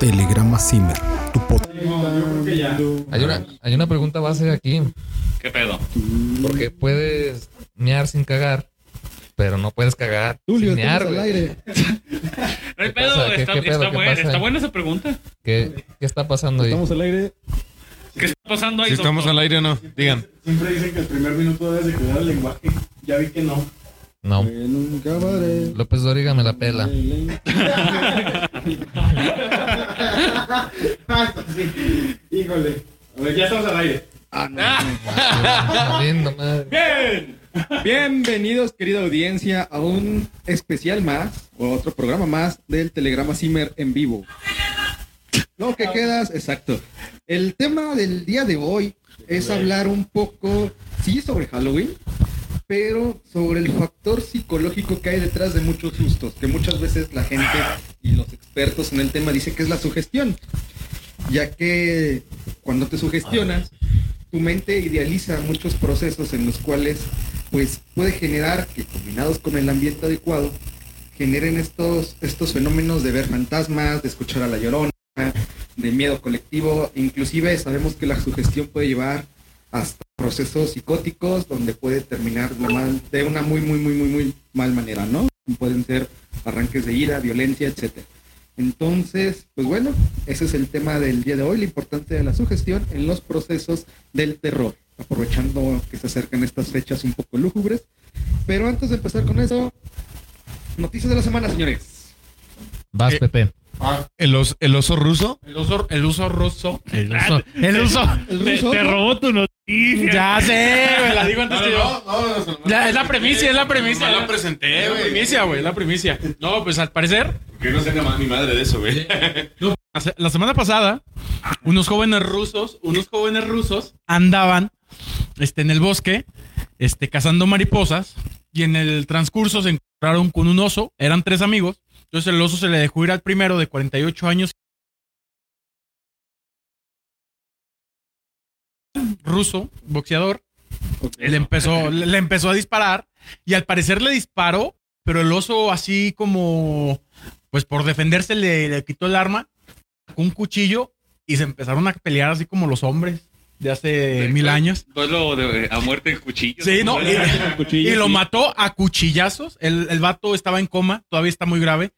Telegrama Zimmer, tu podcast. Hay una, hay una pregunta base aquí, ¿Qué pedo? porque puedes mear sin cagar, pero no puedes cagar Tulio, sin mear, estamos al güey. aire. No hay ¿Qué pasa? pedo, ¿Qué- está, qué pedo? está ¿Qué buena, pasa? está buena esa pregunta. ¿Qué, qué está pasando ahí? Estamos al aire. ¿Qué está pasando ahí? Si estamos doctor? al aire o no, digan. Siempre dicen que el primer minuto debes de cuidar el lenguaje. Ya vi que no. No. En un cabaret. López Dóriga me la pela. Sí. Híjole. A ver, ya estamos al aire. Lindo, madre. ¡Bien! Bienvenidos, querida audiencia, a un especial más, o otro programa más del Telegrama Zimmer en vivo. Lo que quedas, exacto. El tema del día de hoy es hablar un poco, sí, sobre Halloween, pero sobre el factor psicológico que hay detrás de muchos sustos, que muchas veces la gente y los expertos en el tema dicen que es la sugestión, ya que cuando te sugestionas, tu mente idealiza muchos procesos en los cuales pues puede generar que combinados con el ambiente adecuado generen estos estos fenómenos de ver fantasmas, de escuchar a la llorona, de miedo colectivo, inclusive sabemos que la sugestión puede llevar hasta procesos psicóticos donde puede terminar de, mal- de una muy muy muy muy muy mal manera, ¿no? Pueden ser arranques de ira, violencia, etcétera. Entonces, pues bueno, ese es el tema del día de hoy, la importancia de la sugestión en los procesos del terror, aprovechando que se acercan estas fechas un poco lúgubres. Pero antes de empezar con eso, noticias de la semana, señores. Vas, Eh, Pepe. ¿El, os- el oso ruso? El uso, el uso ruso. El uso. El uso. Te, te robó tu noticia. Ya sé, güey. La digo antes que yo. no, no, Ya, es la premisa, es la premisa. No la presenté, Es la güey. primicia, güey, la primicia. No, pues al parecer, Que no sé nada más mi madre de eso, güey. hace- la semana pasada, unos jóvenes rusos, unos jóvenes rusos andaban este, en el bosque, este, cazando mariposas, y en el transcurso se encontraron con un oso, eran tres amigos, entonces el oso se le dejó ir al primero de 48 años. Ruso, boxeador, le empezó, le le empezó a disparar y al parecer le disparó, pero el oso así como, pues por defenderse le, le quitó el arma, sacó un cuchillo y se empezaron a pelear así como los hombres de hace mil años. Duelo de, eh, a muerte en cuchillo. Sí, no, y, Cuchillo, y lo sí. mató a cuchillazos. El, el vato estaba en coma, todavía está muy grave,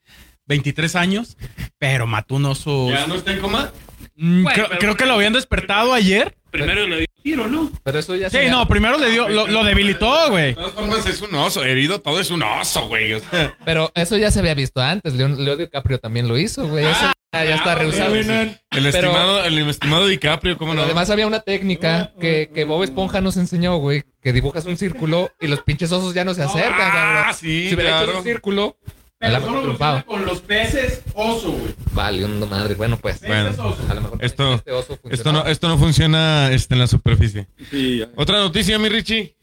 23 años, pero mató un oso. ¿Ya no está en coma? Mm, Güey, creo, pero- creo que lo habían despertado ayer. Primero le dio un tiro, ¿no? Pero eso ya Sí, no, primero le Ah, dio, lo, lo debilitó, güey. De todas formas, es un oso. Herido todo es un oso, güey. O sea, Pero eso ya se había visto antes. Leon- Leo DiCaprio también lo hizo, güey. Eso Ah, ya, ya está rehusado. el, estimado, el estimado DiCaprio, ¿cómo no? Además había una Ah, técnica que, que Bob Esponja nos enseñó, güey, que dibujas un círculo y los pinches osos ya no se acercan, ah, cabrón. sí, si hubiera hecho claro. un círculo, a lo mejor triunfaba. con los peces oso, güey. Vale, un madre. Bueno, pues. Bueno, A lo mejor Esto- este oso esto funcionaba. pues, no, eh, esto no funciona este, en la superficie. Sí, ya. Otra noticia, mi Richie.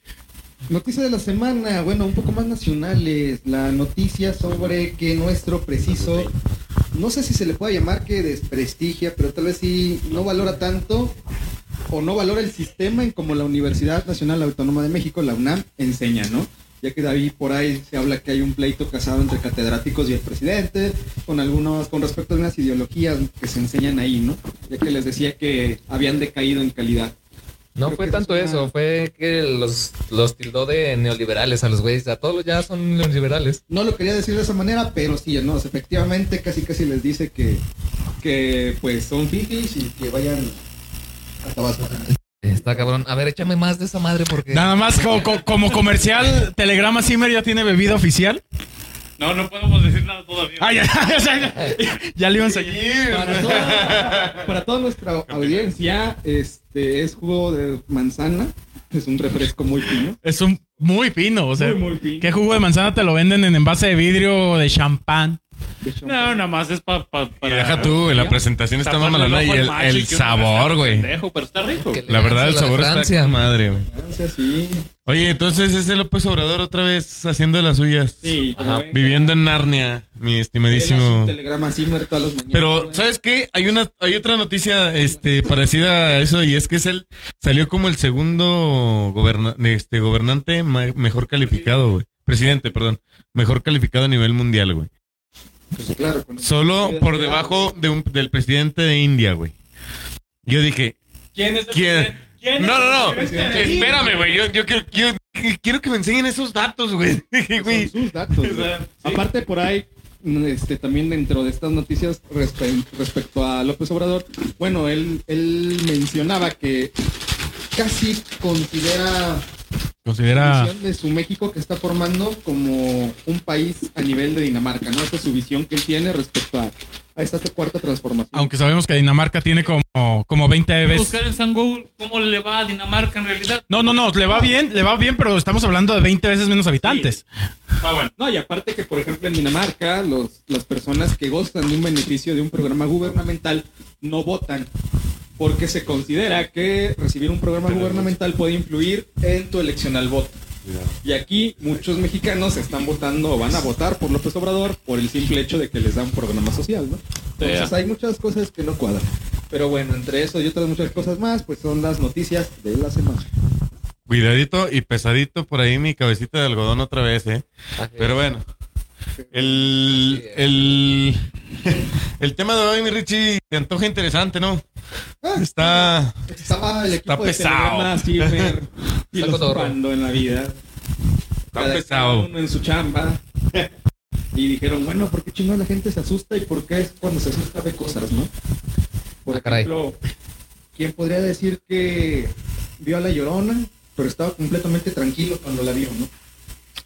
Noticia de la semana, bueno, un poco más nacionales. La noticia sobre que nuestro preciso, no sé si se le puede llamar que desprestigia, pero tal vez sí no valora tanto o no valora el sistema en como la Universidad Nacional Autónoma de México, la UNAM, enseña, ¿no? Ya que David por ahí se habla que hay un pleito casado entre catedráticos y el presidente, con algunos, con respecto a unas ideologías que se enseñan ahí, ¿no? Ya que les decía que habían decaído en calidad. No Creo fue que tanto es una- eso, fue que los, los tildó de neoliberales a los güeyes, a todos los ya son neoliberales. no lo quería decir de esa manera, pero sí, no, efectivamente casi casi les dice que, que pues son fifis y que vayan a Tabasco. Está cabrón. A ver, échame más de esa madre porque... Nada más co- co- como comercial, Telegrama Zimmer ya tiene bebida oficial. No, no podemos decir nada todavía. Ah, ya, ya, ya, ya, ya le iba a enseñar. Para toda, para toda nuestra audiencia, este es jugo de manzana, es un refresco muy fino. Es un muy pino, o sea. Muy, muy fino. ¿Qué jugo de manzana te lo venden en envase de vidrio o de champán? de hecho, No, nada más es pa- pa- Y para. deja tú, güey, la presentación está mamalona y el, el sabor, güey. Dejo, pero está rico. Que le La verdad, el lanza la de sabor Francia. está con madre, güey. entonces, sí. Oye, entonces ese López Obrador otra vez haciendo las suyas. Sí, como Ajá. ven, Viviendo en Narnia, mi Velas, estimadísimo. Telegrama Zimmer todas las mañanas. Pero, ¿sabes qué? Hay una, hay otra noticia, este, parecida a eso, y es que es él salió como el segundo goberna- este, gobernante ma- mejor calificado, güey. Presidente, perdón. Mejor calificado a nivel mundial, güey. Pues claro. con- Solo por debajo de un- del presidente de India, güey. Yo dije, ¿Quién es el ¿quién? ¿Quién es No, no, no. el presidente de India? Espérame, güey. Yo, yo quiero, quiero, quiero que me enseñen esos datos, güey. Son Güey, sus datos. güey. O sea, sí. Aparte, por ahí, mm, este, también dentro de estas noticias respe- respecto a López Obrador, bueno, él, él mencionaba que casi considera la Considera. visión de su México que está formando como un país a nivel de Dinamarca, ¿no? Esa es su visión que él tiene respecto a, a esta cuarta transformación. Aunque sabemos que Dinamarca tiene como, como 20 Voy a veces. buscar en San Google cómo le va a Dinamarca en realidad. No, no, no, le va bien, le va bien, pero estamos hablando de 20 veces menos habitantes. Ah, bueno. No, y aparte que, por ejemplo, en Dinamarca, los, las personas que gozan de un beneficio de un programa gubernamental no votan, porque se considera que recibir un programa gubernamental puede influir en tu elección al voto. Y aquí muchos mexicanos están votando o van a votar por López Obrador por el simple hecho de que les da un programa social, ¿no? Entonces hay muchas cosas que no cuadran. Pero bueno, entre eso y otras muchas cosas más, pues son las noticias de la semana. Cuidadito y pesadito por ahí mi cabecita de algodón otra vez, ¿eh? Pero bueno. El, el, el tema de hoy, mi Richie, te antoja interesante, ¿no? Ah, Está... Estaba el equipo Está de pesado. Telegrama Ciber filosofando en la vida. Cada quien pesado. Uno en su chamba. Y dijeron, bueno, ¿por qué chino la gente se asusta y por qué es cuando se asusta de cosas, no? Por Ah, caray. ejemplo, ¿quién podría decir que vio a la llorona, pero estaba completamente tranquilo cuando la vio, no?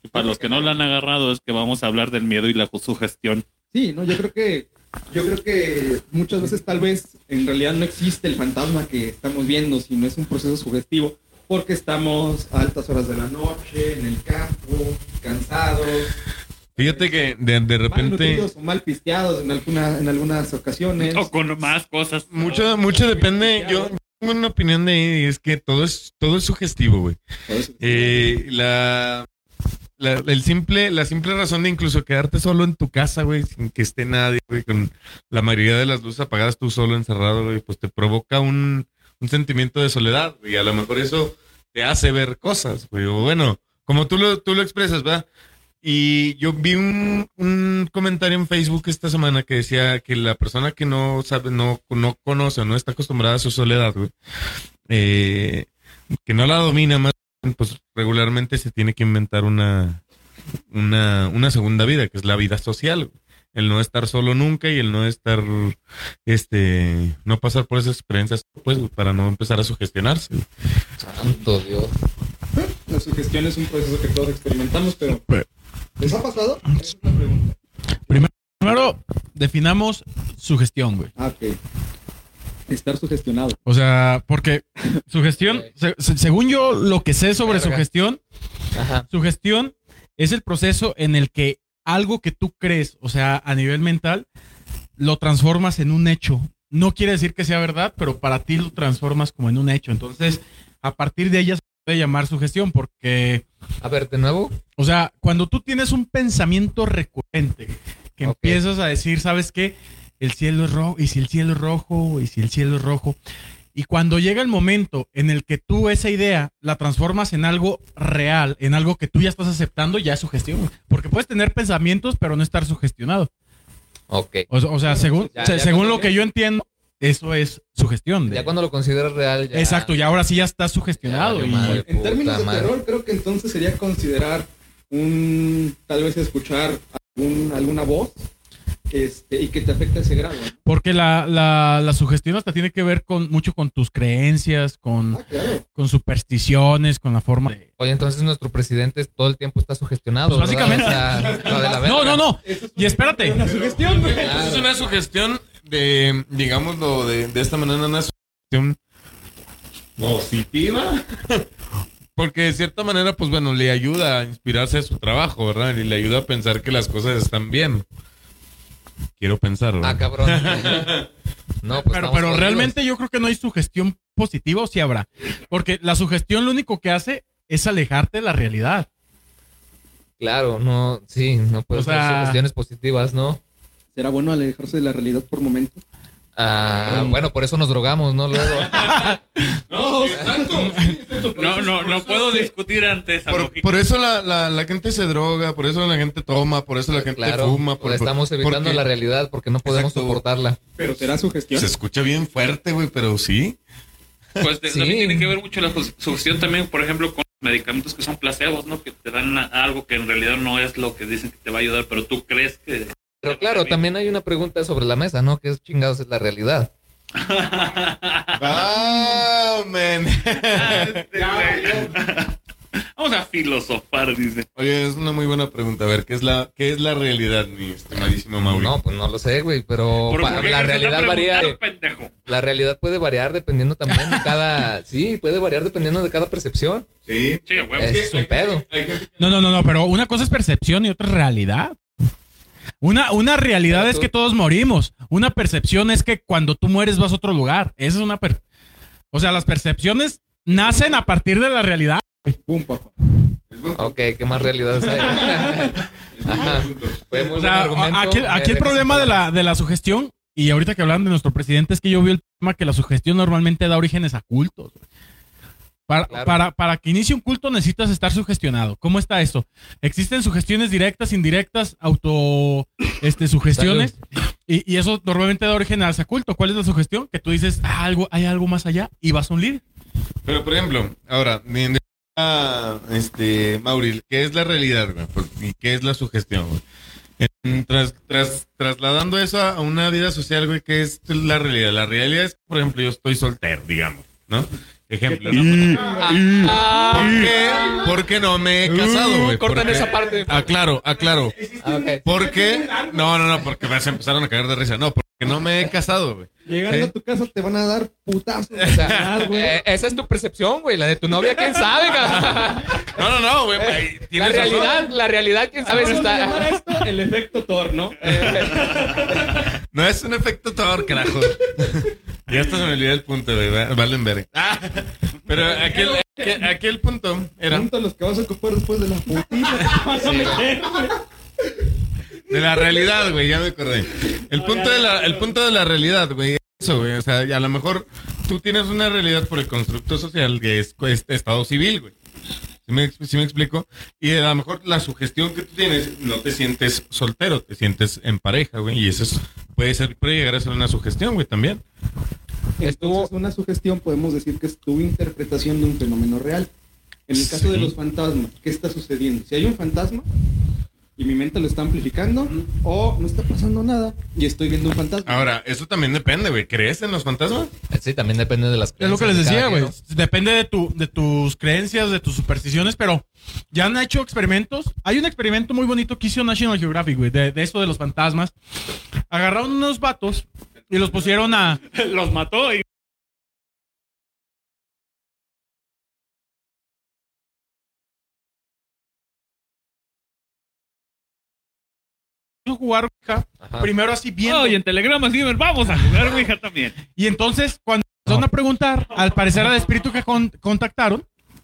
Y para los que no la han agarrado, es que vamos a hablar del miedo y la sugestión. Sí, no, yo creo que yo creo que muchas veces tal vez en realidad no existe el fantasma que estamos viendo, sino es un proceso sugestivo, porque estamos a altas horas de la noche, en el campo, cansados, Fíjate que de, de mal repente... nutridos o mal pisteados en alguna, en algunas ocasiones. O con más cosas. Mucho, mucho depende. Yo tengo una opinión de ahí y es que todo es, todo es sugestivo, güey. Eh, la, la- el simple, la simple razón de incluso quedarte solo en tu casa, güey, sin que esté nadie, güey, con la mayoría de las luces apagadas, tú solo encerrado, güey, pues te provoca un, un sentimiento de soledad, güey. A lo mejor eso te hace ver cosas, güey. O bueno, como tú lo, tú lo expresas, ¿verdad? Y yo vi un, un comentario en Facebook esta semana que decía que la persona que no sabe, no, no conoce o no está acostumbrada a su soledad, güey, eh, que no la domina más, pues regularmente se tiene que inventar una, una, una segunda vida, que es la vida social. güey. El no estar solo nunca y el no estar, este, no pasar por esas experiencias, pues, güey, para no empezar a sugestionarse. güey. Santo Dios. La sugestión es un proceso que todos experimentamos, pero ¿les ha pasado? Es una pregunta. Primero, definamos sugestión, güey. Ah, ok. Estar sugestionado. O sea, porque sugestión, se- se- según yo lo que sé sobre Verga. sugestión, Ajá. sugestión es el proceso en el que algo que tú crees, o sea, a nivel mental, lo transformas en un hecho. No quiere decir que sea verdad, pero para ti lo transformas como en un hecho. Entonces, a partir de ella se puede llamar sugestión porque A ver, de nuevo. o sea, cuando tú tienes un pensamiento recurrente, que Ok. empiezas a decir, ¿sabes qué? El cielo es rojo, y si el cielo es rojo, y si el cielo es rojo. Y cuando llega el momento en el que tú esa idea la transformas en algo real, en algo que tú ya estás aceptando, ya es sugestión. güey. Porque puedes tener pensamientos, pero no estar sugestionado. Ok. O, o sea, según, Ya- se- ya según cuando- lo que yo entiendo, eso es sugestión. de- Ya cuando lo consideras real. Ya, Exacto, y ahora sí ya estás Ya sugestionado. valió y- madre. En Puta términos de madre. terror, creo que entonces sería considerar un tal vez escuchar algún, alguna voz este, y que te afecte a ese grado. ¿no? Porque la, la, la sugestión hasta tiene que ver con mucho con tus creencias, Mm. con, Ah, claro. con supersticiones, con la forma de... Oye, entonces nuestro presidente todo el tiempo está sugestionado. Pues ¿verdad? básicamente. O sea, lo de la verga. No, no, no. Y espérate. Una sugestión, güey. Esa Es una sugestión de, digámoslo, de, de esta manera, una sugestión positiva. Porque de cierta manera, pues bueno, le ayuda a inspirarse de su trabajo, ¿verdad? Y le ayuda a pensar que las cosas están bien. Quiero pensar, ¿verdad? Ah, cabrón. No, pues estamos Pero, pero jodidos. realmente yo creo que no hay sugestión positiva o si habrá. Porque la sugestión lo único que hace es alejarte de la realidad. Claro, no, sí, no puede O ser sea- sugestiones positivas, ¿no? ¿Será bueno alejarse de la realidad por momentos? Ah, bueno, por eso nos drogamos, ¿no? Luego. No, no, no, no puedo discutir ante esa Por, lógica. por eso la, la- la gente se droga, por eso la gente toma, por eso la gente Pues Claro, fuma. Por, estamos por- evitando porque la realidad porque no podemos Exacto. soportarla. Pero será su gestión. Se escucha bien fuerte, güey, pero sí. Pues de- Sí. también tiene que ver mucho la jus- sugestión también, por ejemplo, con medicamentos que son placebos, ¿no? Que te dan a- algo que en realidad no es lo que dicen que te va a ayudar, pero tú crees que... Pero claro, también hay una pregunta sobre la mesa, ¿no? Que es chingados es la realidad. Ah, man. Ah, este Vamos a filosofar, dice. Oye, es una muy buena pregunta. A ver, ¿qué es la, qué es la realidad, mi estimadísimo Mauri? No, pues no lo sé, güey, pero Pero, pa- ¿por qué la crees que te realidad han varía. preguntado, pendejo? La realidad puede variar dependiendo también de cada. Sí, puede variar dependiendo de cada percepción. Sí. Sí, a huevo. Es un pedo. No, no, no, no, pero una cosa es percepción y otra es realidad. Una, una realidad Pero es tú- que todos morimos. Una percepción es que cuando tú mueres vas a otro lugar. Esa es una per- O sea, las percepciones nacen a partir de la realidad. Pum, papá. Ok, ¿qué más realidades hay? Ajá. Fue muy O buen sea, argumento. aquí, Me aquí el dejas problema sin de la, de la sugestión, y ahorita que hablan de nuestro presidente, es que yo vi el tema que la sugestión normalmente da orígenes a cultos. güey. Para, Claro. para, para que inicie un culto necesitas estar sugestionado. ¿Cómo está esto? Existen sugestiones directas, indirectas, auto este, sugestiones, y, y eso normalmente da origen a ese culto. ¿Cuál es la sugestión? Que tú dices, "Ah, algo, hay algo más allá, y vas a un líder. Pero, por ejemplo, ahora, de- de- ah, este, Mauri, ¿qué es la realidad, güey? Pues, ¿Y qué es la sugestión, güey? En- Tras, tras- trasladando eso a una vida social, güey, ¿qué es la realidad? La realidad es, por ejemplo, yo estoy soltero, digamos, ¿no? Ejemplo. ¿no? ¿Por, qué, por qué no me he casado, güey? cortan Porque- esa parte. Aclaro, aclaro. Ah, ok. Porque, no, no, no, porque me empezaron a caer de risa. No, porque no me he casado, güey. Llegando a tu casa te van a dar putazos. O sea, Ah, eh, esa es tu percepción, güey. La de tu novia, quién sabe, cabrón? No, no, no, güey. ahí Eh, La tienes razón. realidad, la realidad, quién sabe si Ah, está. el efecto Thor, ¿no? No es un efecto Thor, carajo. ya hasta se me olvidó el punto, güey. va- Valen verga. Ah, pero aquel, aquel, aquel punto era Pregunta los que vas a ocupar después de la putiza. de la realidad, güey. Ya me acordé. El punto de la, el punto de la realidad, güey. Eso, güey. O sea, y a lo mejor tú tienes una realidad por el constructo social que es, es estado civil, güey. ¿Sí me, ex- sí me explico? Y a lo mejor la sugestión que tú tienes, no te sientes soltero, te sientes en pareja, güey. Y eso es- puede ser, puede llegar a ser una sugestión, güey, también. Entonces, una sugestión podemos decir que es tu interpretación de un fenómeno real. En el caso de Sí. los fantasmas, ¿qué está sucediendo? Si hay un fantasma y mi mente lo está amplificando, o no está pasando nada y estoy viendo un fantasma. Ahora, eso también depende, güey. ¿Crees en los fantasmas? Sí, también depende de las Es lo que les creencias de decía, cada güey. quien, ¿no? Depende de, tu, de tus creencias, de tus supersticiones, pero ya han hecho experimentos. Hay un experimento muy bonito que hizo National Geographic, güey, de, de esto de los fantasmas. Agarraron unos vatos y los pusieron a... Los mató y... jugar Ouija, Ajá. primero así viendo. Oye, en Telegrama, sí, vamos a jugar, güey, hija, también. y entonces cuando empezaron a preguntar, al parecer al espíritu que con- contactaron,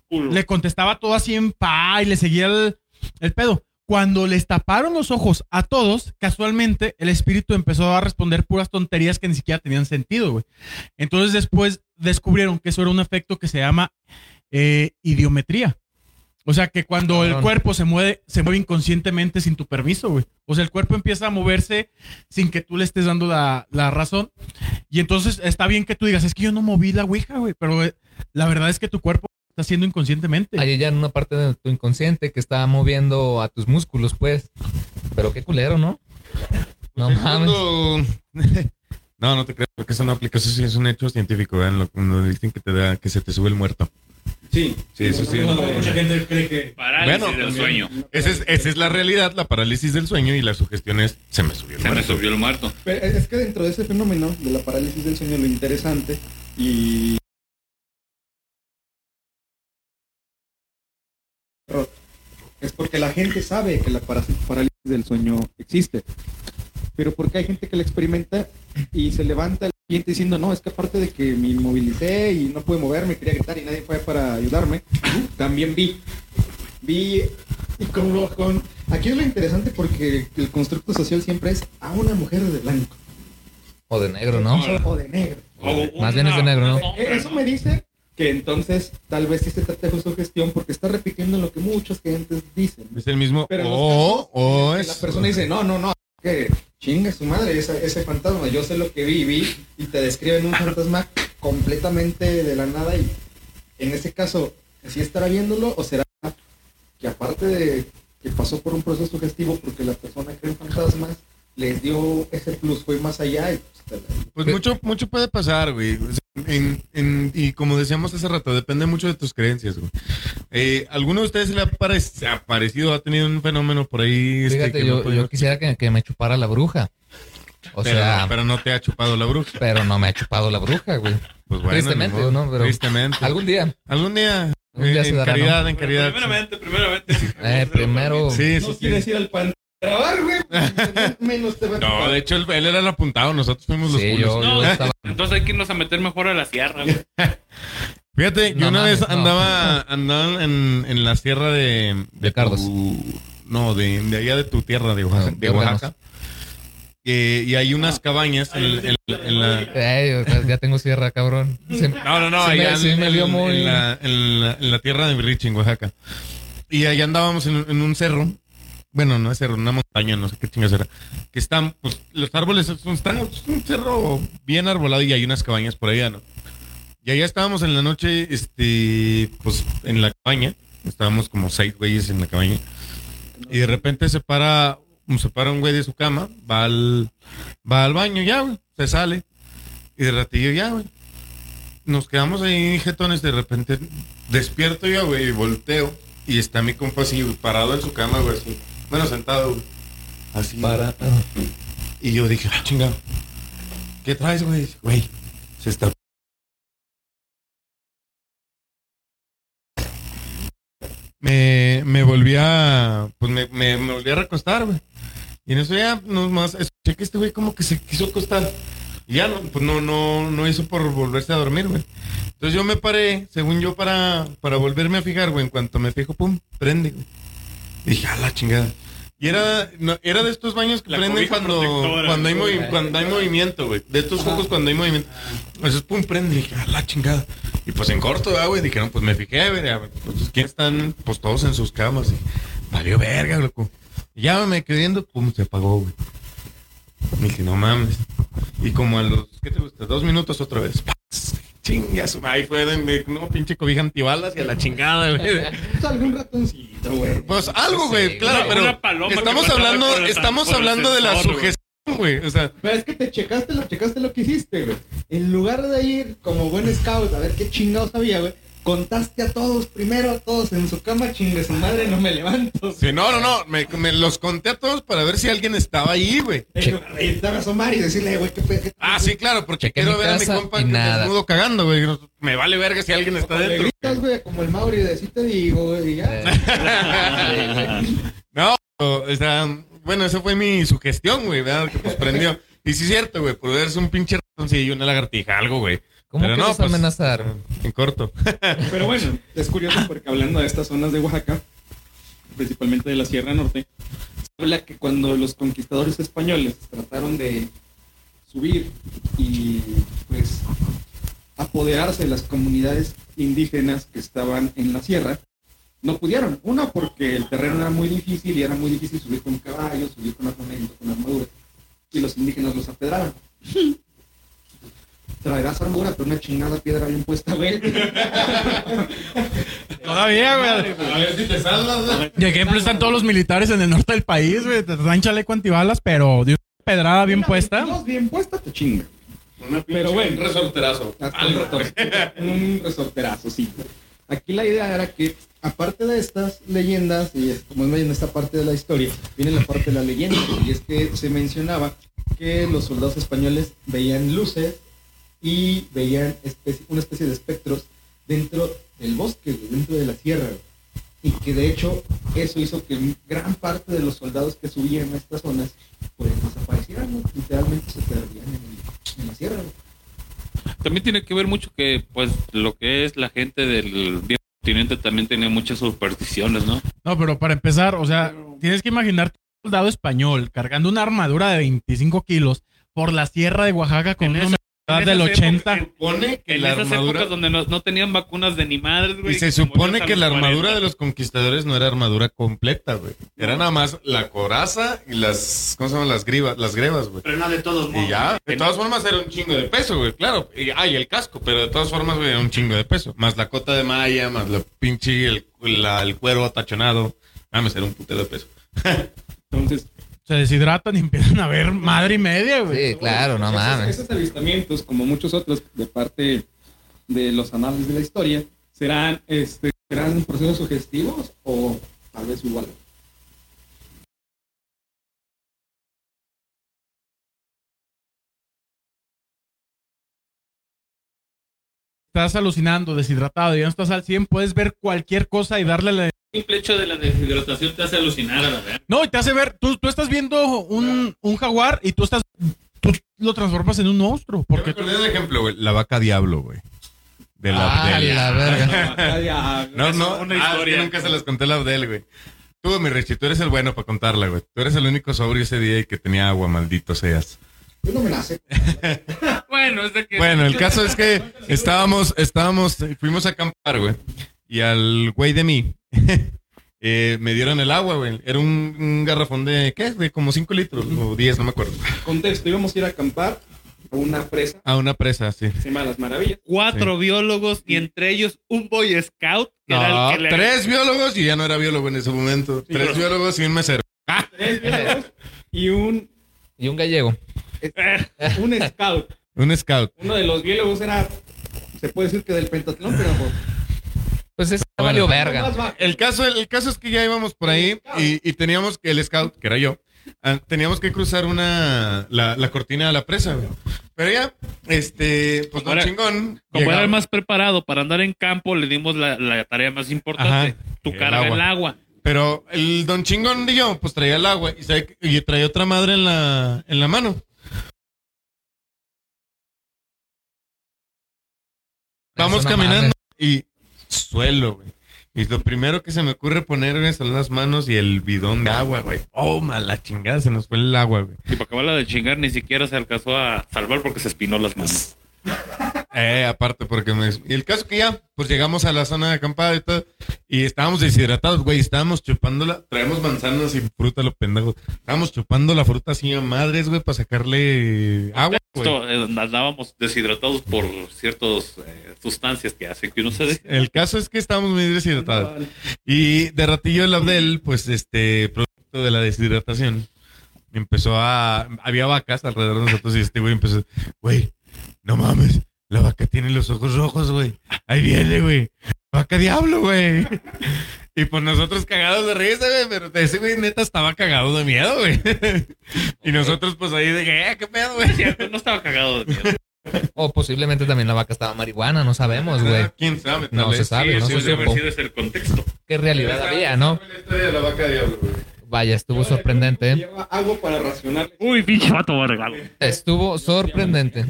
Culo. le contestaba todo así en pa y le seguía el, el pedo. Cuando les taparon los ojos a todos, casualmente el espíritu empezó a responder puras tonterías que ni siquiera tenían sentido, güey. Entonces después descubrieron que eso era un efecto que se llama eh, idiometría. O sea que cuando el Cabrón. cuerpo se mueve, se mueve inconscientemente sin tu permiso, güey. O sea, el cuerpo empieza a moverse sin que tú le estés dando la, la razón. Y entonces está bien que tú digas, es que yo no moví la ouija, güey. Pero eh, la verdad es que tu cuerpo está haciendo inconscientemente. Hay ya en una parte de tu inconsciente que está moviendo a tus músculos, pues. Pero qué culero, ¿no? No mames. Pues Cuando- No, no te creo, porque eso no aplica. Eso sí es un hecho científico, ¿verdad? En lo- Cuando dicen que te da, que se te sube el muerto. Sí, Sí, eso sí. Mucha gente cree que. Parálisis Bueno, del también. sueño. Esa es, esa es la realidad, la parálisis del sueño y la sugestión es, se me subió el Se me muerto. subió el muerto. pero es que dentro de ese fenómeno de la parálisis del sueño, lo interesante y. Es porque la gente sabe que la para- parálisis del sueño existe. Pero porque hay gente que la experimenta y se levanta el cliente diciendo, no, es que aparte de que me inmovilicé y no pude moverme, quería gritar y nadie fue para ayudarme, también vi. Vi y con, lo- con- Aquí es lo interesante porque el constructo social siempre es a una mujer de blanco. O de negro, ¿no? Este, O de negro. O Oh, Más bien es de negro, ¿no? una Eh, Eso me dice que entonces tal vez sí se trata de sugestión porque está repitiendo lo que muchas gentes dicen. Es el mismo. Pero los O, o Que es. La persona dice, no, no, no, que chinga su madre esa- ese fantasma, yo sé lo que viví y te describen un fantasma completamente de la nada y en ese caso, ¿sí estará viéndolo o será que aparte de que pasó por un proceso sugestivo porque la persona cree en fantasmas, les dio ese plus, fue más allá y pues, te la- Pues mucho, mucho puede pasar, güey. O sea, en- en- y como decíamos hace rato, depende mucho de tus creencias, güey. Eh, ¿Alguno de ustedes le ha parec- ha parecido, ha tenido un fenómeno por ahí? este, Fíjate, que no yo, podemos- yo quisiera que, que me chupara la bruja. O pero, sea, pero, pero no te ha chupado la bruja. no me ha chupado la bruja, güey. Pues bueno, Tristemente, ni modo. ¿no? Pero- Tristemente. Algún día. Algún día. Algún día eh, se en dará, ¿no? caridad, en Bueno, caridad. primeramente, primeramente. sí. Eh, primero. Sí, sí, No sí. quieres ir al pan trabajar, güey. Menos te va a No, de hecho, él, él era el apuntado, nosotros fuimos los Sí, culos. yo, yo No. estaba. Entonces hay que irnos a meter mejor a la sierra, güey. Fíjate, yo No una mames, vez no. andaba, andaba en, en la sierra de, de, De Cardos. tu- no, de, de allá de tu tierra, de Oaxaca. No, de de Órganos. Oaxaca. Eh, y hay unas cabañas en, en- en la... Eh, yo- ya tengo sierra, cabrón. Se- No, no, no, Sí me- allá sí en, me vio en- muy- en la, en la- en la tierra de Birrich, en Oaxaca. Y allá andábamos en, en un cerro. Bueno, no es cerro, una montaña, no sé qué chingas era. Que están, pues, los árboles son, están, es un cerro bien arbolado y hay unas cabañas por allá, ¿no? Y allá estábamos en la noche, este, pues, en la cabaña. Estábamos como seis güeyes en la cabaña. Y de repente se para, se para un güey de su cama, va al, va al baño, ya, güey, se sale. Y de ratillo ya, güey nos quedamos ahí jetones, de repente despierto yo, güey, y volteo. Y está mi compa así, güey, parado en su cama, güey, así. Bueno, sentado, güey. Así. Para. Y yo dije, ah, chingado. ¿Qué traes, güey? Dice, Güey, se está... Me, me volví a... Pues me, me, me volví a recostar, güey. Y en eso ya nomás escuché que este güey como que se quiso acostar. Y ya no, pues no, no, no hizo por volverse a dormir, güey. Entonces yo me paré, según yo, para, para volverme a fijar, güey. En cuanto me fijo, pum, prende, güey. Dije, a la chingada. Y era, no, era de estos baños que La prenden cobija cuando, protectora, cuando, hay ¿no? movi- cuando hay movimiento, güey. De estos focos cuando hay movimiento. Entonces, pum, prende. Dije, a la chingada. Y pues en corto, ah, güey, dijeron, pues me fijé, güey. ah, Pues ¿quién están? Pues todos en sus camas. Y valió verga, loco. Y ya me quedé viendo, pum, se apagó, güey. Y dije, no mames. Y como a los, ¿qué te gusta? Dos minutos otra vez. ¡Paz! Chinga su madre. Ahí fue de no, pinche cobija antibalas y a la chingada, güey. Pues algún ratoncito, güey. Pues algo, güey, Sí, claro, una- pero una paloma estamos que pasaba hablando, por el- estamos por el hablando de la sensor, güey. sugestión, güey. O sea, Pero es que te checaste lo, checaste lo que hiciste, güey. En lugar de ir como buen scout a ver qué chingados había, güey, contaste a todos primero, a todos en su cama, chingue su madre, no me levanto. sí, no, no, no, me, me los conté a todos para ver si alguien estaba ahí, güey. Eh, güey, te vas a asomar y decirle, güey, qué pedo. qué- Ah, sí, claro, porque Chequé quiero mi ver a mi casa compa y que nada. desnudo cagando, güey. Me vale verga si alguien está le dentro. gritas, güey, como el Mauri, de sí te digo, güey, y ya. Eh, No, o sea, bueno, esa fue mi sugestión, güey, ¿verdad? Que pues prendió. Y sí es cierto, güey, por verse un pinche ratoncillo, una lagartija, algo, güey. ¿Cómo Pero quieres no, pues, amenazar? En corto. Pero bueno, es curioso porque hablando de estas zonas de Oaxaca, principalmente de la Sierra Norte, se habla que cuando los conquistadores españoles Trataron de subir y, pues, apoderarse de las comunidades indígenas que estaban en la sierra. No pudieron. Una, porque el terreno era muy difícil y era muy difícil subir con caballos, subir con armamento, con armadura. Y los indígenas los apedraron. Traerás armadura, pero una chingada piedra bien puesta, güey. Todavía, güey. A ver si te salvas, güey. De ejemplo están todos los militares en el norte del país, güey. Te dan chaleco antibalas, pero de una pedrada bien Una puesta. 22 Bien puesta, te chinga. Pero, güey, un resorterazo. Hasta un, retor- un resorterazo, sí. Aquí la idea era que, aparte de estas leyendas, y es- como es en esta parte de la historia, viene la parte de la leyenda, y es que se mencionaba que los soldados españoles veían luces y veían especie- una especie de espectros dentro del bosque, güey, dentro de la sierra, güey. y que de hecho eso hizo que gran parte de los soldados que subían a estas zonas pues desaparecieran, ¿no? literalmente se perdían en, en la sierra. güey. También tiene que ver mucho que, pues, lo que es la gente del viejo continente también tenía muchas supersticiones, ¿no? No, pero para empezar, o sea, tienes que imaginar un soldado español cargando una armadura de 25 kilos, por la sierra de Oaxaca con En una esa- humedad del En esas épocas- 80. en- Supone Ah, que En la esas armadura. épocas donde no, no tenían vacunas de ni madres, güey. Y se que supone morías a que los la armadura 40. de los conquistadores no era armadura completa, güey. Era nada más la coraza y las. ¿Cómo se llaman? Las grivas, las grebas, güey. Pero no de todos modos. Y ya, de En- todas formas era un chingo de peso, güey, claro. Y, ah, y el casco, pero de todas formas, güey, era un chingo de peso. Más la cota de malla, más la pinche, el, la- el cuero atachonado. Mames, era un putero de peso. Entonces, Se deshidratan y empiezan a ver madre y media, güey. Sí, claro, no esos- mames. Esos avistamientos, como muchos otros de parte de los análisis de la historia, serán, este, serán procesos sugestivos o tal vez igual. Estás alucinando, deshidratado, ya no estás al 100, puedes ver cualquier cosa y darle la... El simple hecho de la deshidratación te hace alucinar, a la verdad. No, y te hace ver, tú, tú estás viendo un, un jaguar y tú estás... Tú lo transformas en un monstruo. Porque Porque tú- acordé de ejemplo, güey, la vaca diablo, güey. De la Ah, Abdel. la verga. ah, No, no, una ah, es que historia. nunca se las conté a la Abdel, güey. Tú, mi Richie, tú eres el bueno para contarla, güey. Tú eres el único sobrio ese día y que tenía agua, maldito seas. Yo no me la sé. Bueno, es de que. Bueno, el caso es que estábamos, estábamos, fuimos a acampar, güey. Y al güey de mí, eh, me dieron el agua, güey. Era un, un garrafón de, ¿qué? De como 5 litros o 10, no me acuerdo. Contexto, íbamos a ir a acampar a una presa A una presa, sí. encima de las maravillas. Cuatro biólogos y entre ellos un Boy Scout. Que No, era el que le- tres biólogos y ya no era biólogo en ese momento. tres biólogos y un mesero. Tres biólogos y un, Y un gallego. un scout. Un scout. Uno de los biólogos era, se puede decir que del pentatlón, pero pues, Pues ese valió verga. más bajo. El caso, el caso es que ya íbamos por ahí y, y teníamos que el scout, que era yo, ah, teníamos que cruzar una la, la cortina de la presa, güey. Pero ya, este, pues Como don era- chingón. Como era llegaba. el más preparado para andar en campo, le dimos la, la tarea más importante: Ajá. tu El carga agua. el agua. Pero el don chingón y yo, pues traía el agua y, sabe que- y traía otra madre en la, en la mano. Vamos Eso no caminando y suelo, güey. Y lo primero que se me ocurre poner, güey, son las manos y el bidón de agua, güey. Oh, mala chingada, se nos fue el agua, güey. Y para acabarla de chingar, ni siquiera se alcanzó a salvar porque se espinó las manos. Eh, aparte, porque me. Y el caso que ya, pues llegamos a la zona de acampada y todo, y estábamos deshidratados, güey, estábamos chupándola, traemos manzanas y fruta, los pendejos. Estábamos chupando la fruta así a madres, güey, para sacarle agua, güey. Esto, eh, andábamos deshidratados por ciertas eh, sustancias que hacen que uno se des- El caso es que estábamos muy deshidratados. Y de ratillo el Abdel, pues este, producto de la deshidratación, empezó a. Había vacas alrededor de nosotros y este güey empezó, güey, no mames, la vaca tiene los ojos rojos, güey. Ahí viene, güey. Vaca diablo, güey. Y pues nosotros cagados de risa, güey, pero ese güey neta estaba cagado de miedo, güey. Y nosotros pues ahí de que, eh, qué pedo, güey. Es cierto, no estaba cagado de miedo. O posiblemente también la vaca estaba marihuana, no sabemos, Pues, güey. ¿Quién sabe? No tal se vez. sabe, no Ese se debe haber supo. sido ese el contexto. ¿Qué realidad había, no? La historia de la vaca diablo, güey. Vaya, estuvo sorprendente, ¿eh? Lleva agua para racionar. Uy, pinche vato barrigado. Estuvo sorprendente.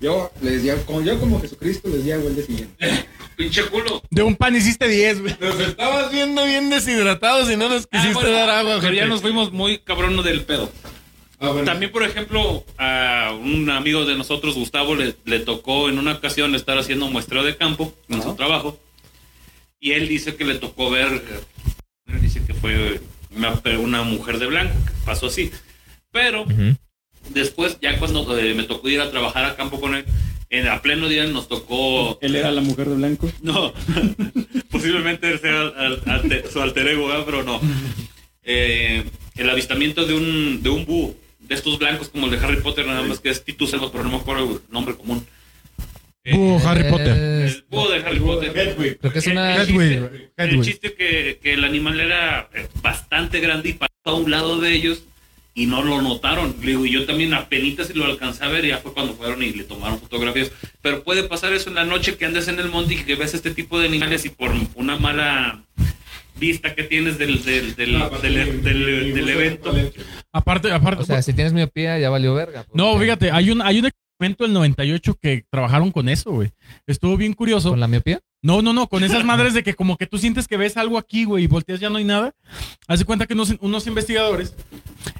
Yo les di, como, yo como Jesucristo les di agua el día siguiente. Pinche culo. De un pan hiciste 10, güey. Nos estabas viendo bien deshidratados y no nos Ah, quisiste bueno, dar agua, Pero gente. ya nos fuimos muy cabrón del pedo. Ah, bueno. También, por ejemplo, a un amigo de nosotros, Gustavo, le, le tocó en una ocasión estar haciendo un muestreo de campo en su trabajo. Y él dice que le tocó ver, eh, él dice que fue una, pe- una mujer de blanco, que pasó así. Pero Ujú. después, ya cuando eh, me tocó ir a trabajar a campo con él, en, a pleno día nos tocó... Él era la mujer de blanco. No, posiblemente él sea al- alte- su alter ego, ¿verdad? pero no. Eh, el avistamiento de un, de un búho, de estos blancos como el de Harry Potter, nada más que es Titus Elba, pero no me acuerdo el nombre común. Búho, Harry Potter. Eh, El búho de Harry Potter. Creo que es una... Eh, El chiste, Hedwig, el Hedwig. chiste que, que el animal era eh, bastante grande y pasó a un lado de ellos y no lo notaron. Le digo, y yo también apenas si lo alcancé a ver, y ya fue cuando fueron y le tomaron fotografías. Pero puede pasar eso en la noche que andes en el monte y que ves este tipo de animales y por una mala vista que tienes del, del, del, del- del- del evento. Aparte, aparte. O sea, si tienes miopía, ya valió verga. porque- no, fíjate, hay un, hay un experimento del 98 que trabajaron con eso, güey. Estuvo bien curioso. ¿Con la miopía? No, no, no, con esas madres de que como que tú sientes que ves algo aquí, güey, y volteas ya no hay nada. Haz de cuenta que unos, unos investigadores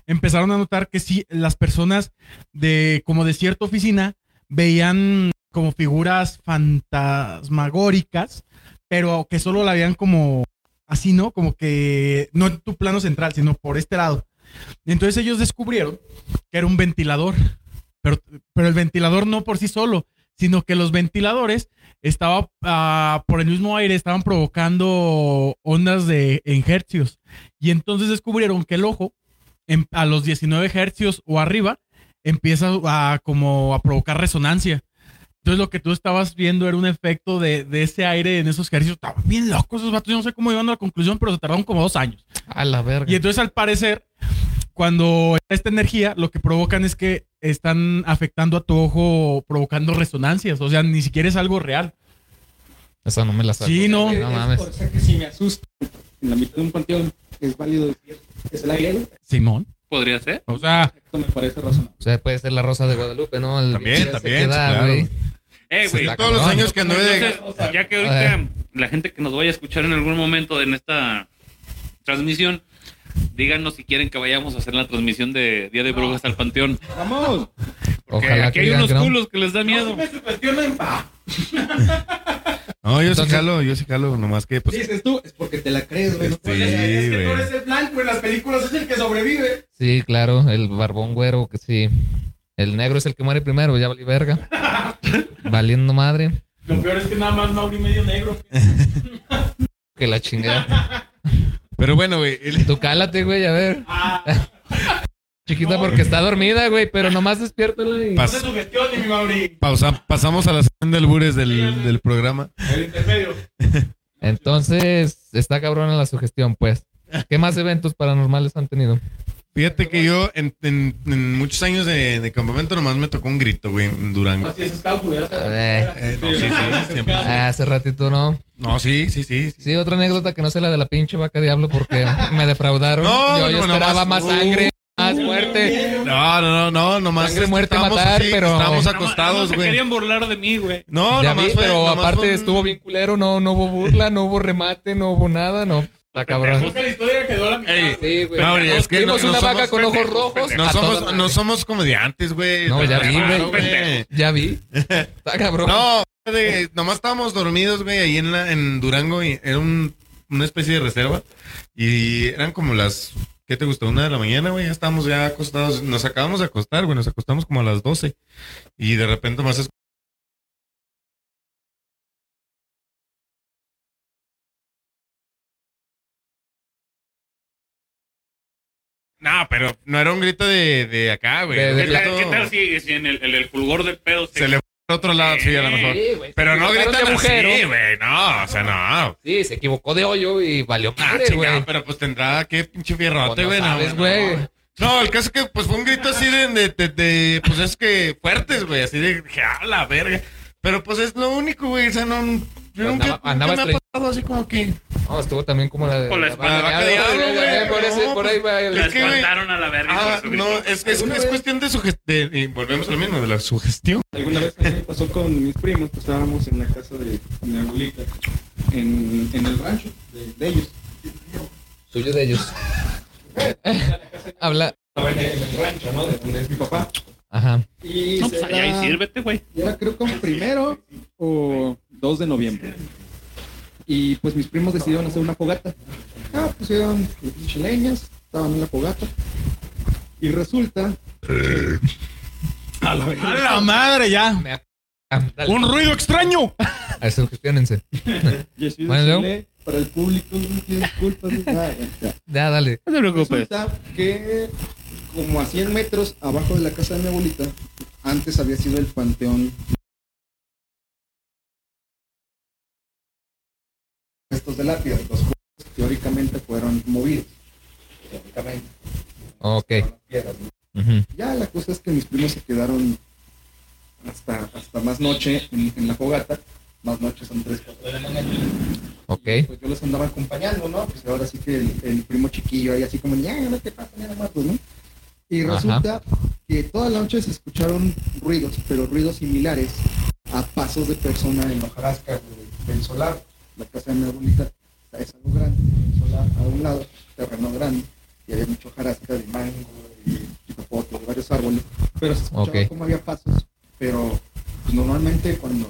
empezaron a notar que sí, las personas de como de cierta oficina veían como figuras fantasmagóricas, pero que solo la veían como así, ¿no? Como que no en tu plano central, sino por este lado. Entonces ellos descubrieron que era un ventilador, pero, pero el ventilador no por sí solo, sino que los ventiladores estaba ah, por el mismo aire estaban provocando ondas de en hercios y entonces descubrieron que el ojo en- a los 19 hercios o arriba empieza a como a provocar resonancia. Entonces lo que tú estabas viendo era un efecto de, de ese aire en esos hercios. Estaban bien locos esos vatos. Yo no sé cómo llegaron a la conclusión, pero se tardaron como dos años. A la verga. Y entonces al parecer, cuando esta energía, lo que provocan es que están afectando a tu ojo, provocando resonancias. O sea, ni siquiera es algo real. Esa no me la saco. Sí, no. No mames. O sea que si me asusto en la mitad de un panteón, es válido decir, es el aire, güey. Simón. Podría ser. O sea, esto me parece razonable. O sea, puede ser la rosa de Guadalupe, ¿no? El También, bicho se también, queda, sí, claro. güey. Eh, Se güey. está Todos los cabrón. años que anduve de... Entonces, ya que eh. ahorita la gente que nos vaya a escuchar en algún momento en esta transmisión, díganos si quieren que vayamos a hacer la transmisión de Día de Brujas al Panteón. ¡Vamos! Porque Ojalá aquí que hay digan unos que no. culos que les da miedo. me sugestionen, pa. No, yo sí Entonces- calo, yo sí calo, nomás que pues... este, Dices tú, es porque te la crees, güey. no Sí, puedes. es que tú güey. eres el blanco en las películas, es el que sobrevive. Sí, claro, el barbón güero, que sí. El negro es el que muere primero, ya valí verga. Valiendo madre. Lo peor es que nada más Mauri medio negro. Que la chingada. Pero bueno, güey, el- Tú cálate, güey, a ver. Ah. Chiquita porque está dormida, güey, pero nomás despiértala y... pas- Sugestión, mi Mauri. pausa- pasamos a la sección de albures del, del programa. El intermedio. Entonces, está cabrona la sugestión, pues. ¿Qué más eventos paranormales han tenido? Fíjate que yo en, en- en muchos años de, de campamento nomás me tocó un grito, güey, en Durango. Así es, estaba A culera. ver, Eh, no, sí, sí, siempre. ah, hace ratito no. No, sí, sí, sí. sí. Sí, otra anécdota que no sé la de la pinche vaca diablo porque me defraudaron. No, yo, yo no, esperaba nomás- más sangre, más muerte. No, no, no, no, nomás. Sangre, este, muerte, estábamos matar, así, pero- Estábamos No acostados, se güey. querían burlar de mí, güey. No, ya nomás vi, fue- pero nomás aparte fue un- estuvo bien culero, no, no hubo burla, no hubo remate, no hubo nada, no. Está cabrón. Busca la historia que quedó la mitad. Ey, Sí, güey. Mauri, es que Vimos no- no una vaca somos con ojos pendejos, rojos. No a somos, toda no madre. somos comediantes, güey. No, ya Ah, vi, Claro, güey. Ya vi. Está cabrón. No, de- nomás estábamos dormidos, güey, ahí en, la, en Durango y era un- una especie de reserva. Y eran como las, ¿qué te gustó? Una de la mañana, güey, ya estábamos ya acostados. Nos acabamos de acostar, güey, nos acostamos como a las 12. Y de repente más es... No, pero no era un grito de, de acá, güey. De- era un de- ¿Qué tal, grito- qué tal si, si en el, el, el fulgor del pedo se, se le fue a otro lado, sí, a lo mejor. Sí, güey, Pero se no equivocaron gritan de agujero. así, güey. No, Ah, o sea, no. Sí, se equivocó de hoyo y valió Ah, madre, chingada, güey. pero pues tendrá que pinche Pues fierrote, no güey. No, sabes, no, güey. no. No, el caso es que pues fue un grito así de, de, de- de, pues es que fuertes, güey. Así de, dije, a la verga. Pero pues es lo único, güey. O sea, no, yo nunca, andaba- andaba nunca me ha pasado así como que... No, estuvo también como la de. Con la espalda vaca de diablo, diablo, güey, eh, güey. Por, ese- No, por ahí pues, va el- la es que, güey, espantaron a la verga? Ah, por su no, grito? es, es, es cuestión de sugestión. Y volvemos a lo mismo, de la sugestión. Alguna vez a mí me pasó con mis primos, pues estábamos en la casa de mi abuelita, en, en el rancho de, de ellos. Suyo de ellos. Habla. Estaba en el, en el rancho, ¿no? De donde es mi papá. Ajá. Y No, pues se allá da- y sírvete, güey. era creo que un primero o 2 de noviembre. Y pues mis primos decidieron hacer una fogata. Ah, pusieron chileñas, estaban en la fogata. Y resulta, a la madre ya. Ah, dale. Un ruido extraño. A ver, sugestionense. yo soy de Bueno, luego. Chile, para el público, no pido disculpas. Ah, ya. Ya, dale. No te preocupes. Resulta que como a 100 metros abajo de la casa de mi abuelita, antes había sido el panteón. Restos de lápida, los cuales teóricamente fueron movidos. Teóricamente, Ok. las piedras, ¿no? Ujú. Ya la cosa es que mis primos se quedaron hasta, hasta más noche en, en la fogata. Más noche son 3, 4 de la mañana. Ok. Y, pues yo los andaba acompañando, ¿no? Pues ahora sí que el, el primo chiquillo ahí así como, ya, no te pasa nada más, pues, ¿no? Y Ajá. resulta que toda la noche se escucharon ruidos, pero ruidos similares a pasos de persona en la hojarasca güey, del solar, la casa de mi abuelita, es algo grande, el solar a un lado, terreno grande, y había mucho hojarasca de mango, de varios árboles, pero se escuchaba Ok. como había pasos. Pero pues, normalmente cuando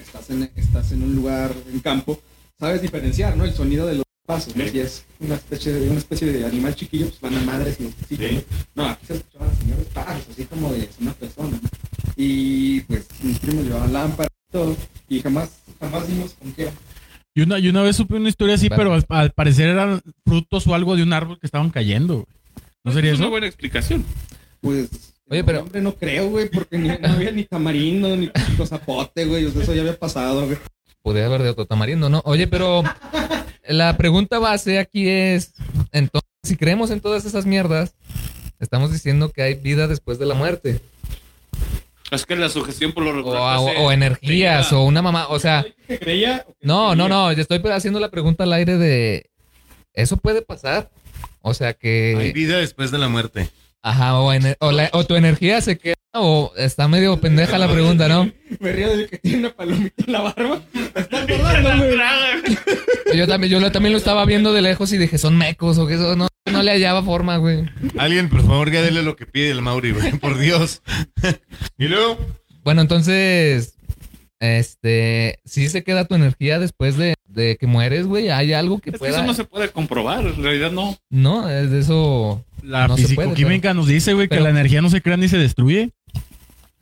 estás en, estás en un lugar, en campo, sabes diferenciar, ¿no? El sonido de los pasos, ¿no? Sí. Si es una especie de, una especie de animal chiquillo, pues van a madres y los Sí. ¿no? No, aquí se escuchaban los señores pasos, así como de una persona. ¿no? Y pues mis primos llevaban lámparas y todo, y jamás, jamás dimos con qué. era. Y una, y una vez supe una historia así, Vale. pero al, al parecer eran frutos o algo de un árbol que estaban cayendo. güey. ¿No sería Es una eso? buena explicación. Pues, Oye, pero- hombre, no creo, güey, porque ni, no había ni tamarindo, ni pico zapote, güey, o sea, eso ya había pasado, güey. Podría haber de otro tamarindo, ¿no? Oye, pero la pregunta base aquí es, entonces, si creemos en todas esas mierdas, estamos diciendo que hay vida después de la muerte. Es que la sugestión por lo O, regular. o- hace- o energías, te lleva- o una mamá, o sea... ¿Que creía? No, no, no, yo estoy haciendo la pregunta al aire de, ¿eso puede pasar? O sea Hay que, vida después de la muerte. ajá, o, ener- o la- o tu energía se queda, o está medio pendeja la pregunta, ¿no? Me río del que tiene una palomita en la barba. Yo también, yo lo- también lo estaba viendo de lejos y dije, son mecos o que eso, no, no le hallaba forma, güey. Alguien, por favor, ya dele lo que pide el Mauri, güey, por Dios. y luego, Bueno, entonces, este, si se queda tu energía después de, de que mueres, güey, hay algo que Es que pueda, eso no no, se puede comprobar, en realidad no. es de eso, La No se puede, fisicoquímica nos dice, güey, pero- que la energía no se crea ni se destruye.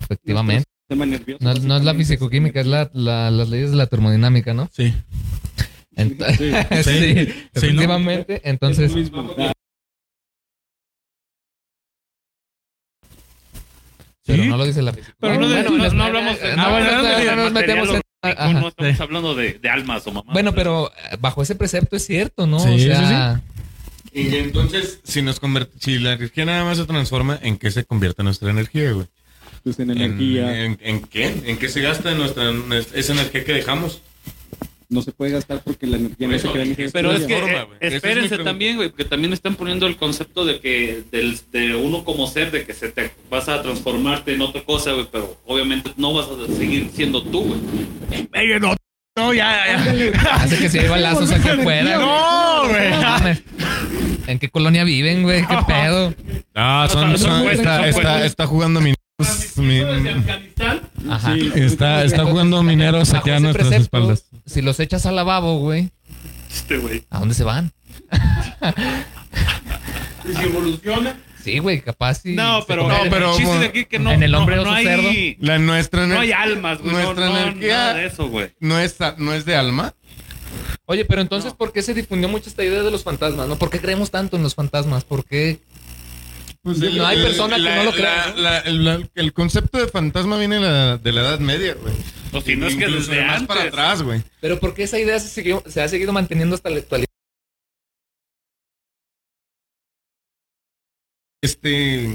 efectivamente. Tema nervioso. No, no es la fisicoquímica, es la, la- las leyes de la termodinámica, ¿no? Sí. Ent- Sí. sí, efectivamente. Entonces, Es lo mismo. pero Sí. no lo dice la física. Pero no de- no- les- no hablamos de- eh, ah, no, bueno, no, no, no, de- no nos material metemos en. orgánico, Ah, ajá. no estamos hablando de, de almas o mamá. Bueno, pero eh, bajo ese precepto es cierto, ¿no? Sí, o eso sea, y entonces, si nos convert- si la energía nada más se transforma, ¿en qué se convierte nuestra energía, güey? Pues en ¿En- energía. ¿En, en qué? ¿En qué se gasta nuestra, esa energía que dejamos? No se puede gastar porque la energía no se Eso, crea ni se Pero es destruye. que Forma, eh, güey. Esa es mi espérense pregunta. también, güey, porque también están poniendo el concepto de que del, de uno como ser, de que se te vas a transformarte en otra cosa, güey, pero obviamente no vas a seguir siendo tú, güey. no, ya, hace que se llevan lazos aquí afuera. güey. No, güey. No mames. ¿En qué colonia viven, güey? ¿Qué pedo? Ah, son, son- está, está, está jugando mineros. mi- Ajá. Sí, está, está jugando mineros Bajo aquí a ese nuestras precepto, espaldas. Si los echas al lavabo, güey, Este, güey. ¿a dónde se van? pues, Y si evoluciona. Sí, güey, capaz. y No, se pero, convierten- No, pero- el chiste de aquí es que no, En el hombre no, oso no hay, cerdo. La nuestra No ener- hay almas, güey. No, Nuestra no, energía- nada de eso, güey. no está- no es de alma. Oye, pero entonces, ¿por qué se difundió mucho esta idea de los fantasmas? ¿No? ¿Por qué creemos tanto en los fantasmas? ¿Por qué? Pues no hay persona que no lo crea, ¿no? la- la- el concepto de fantasma viene de la, de la Edad Media, güey. O si no es que Incluso desde más antes. para atrás, güey. Pero ¿por qué esa idea se, siguió- se ha seguido manteniendo hasta la actualidad? Este,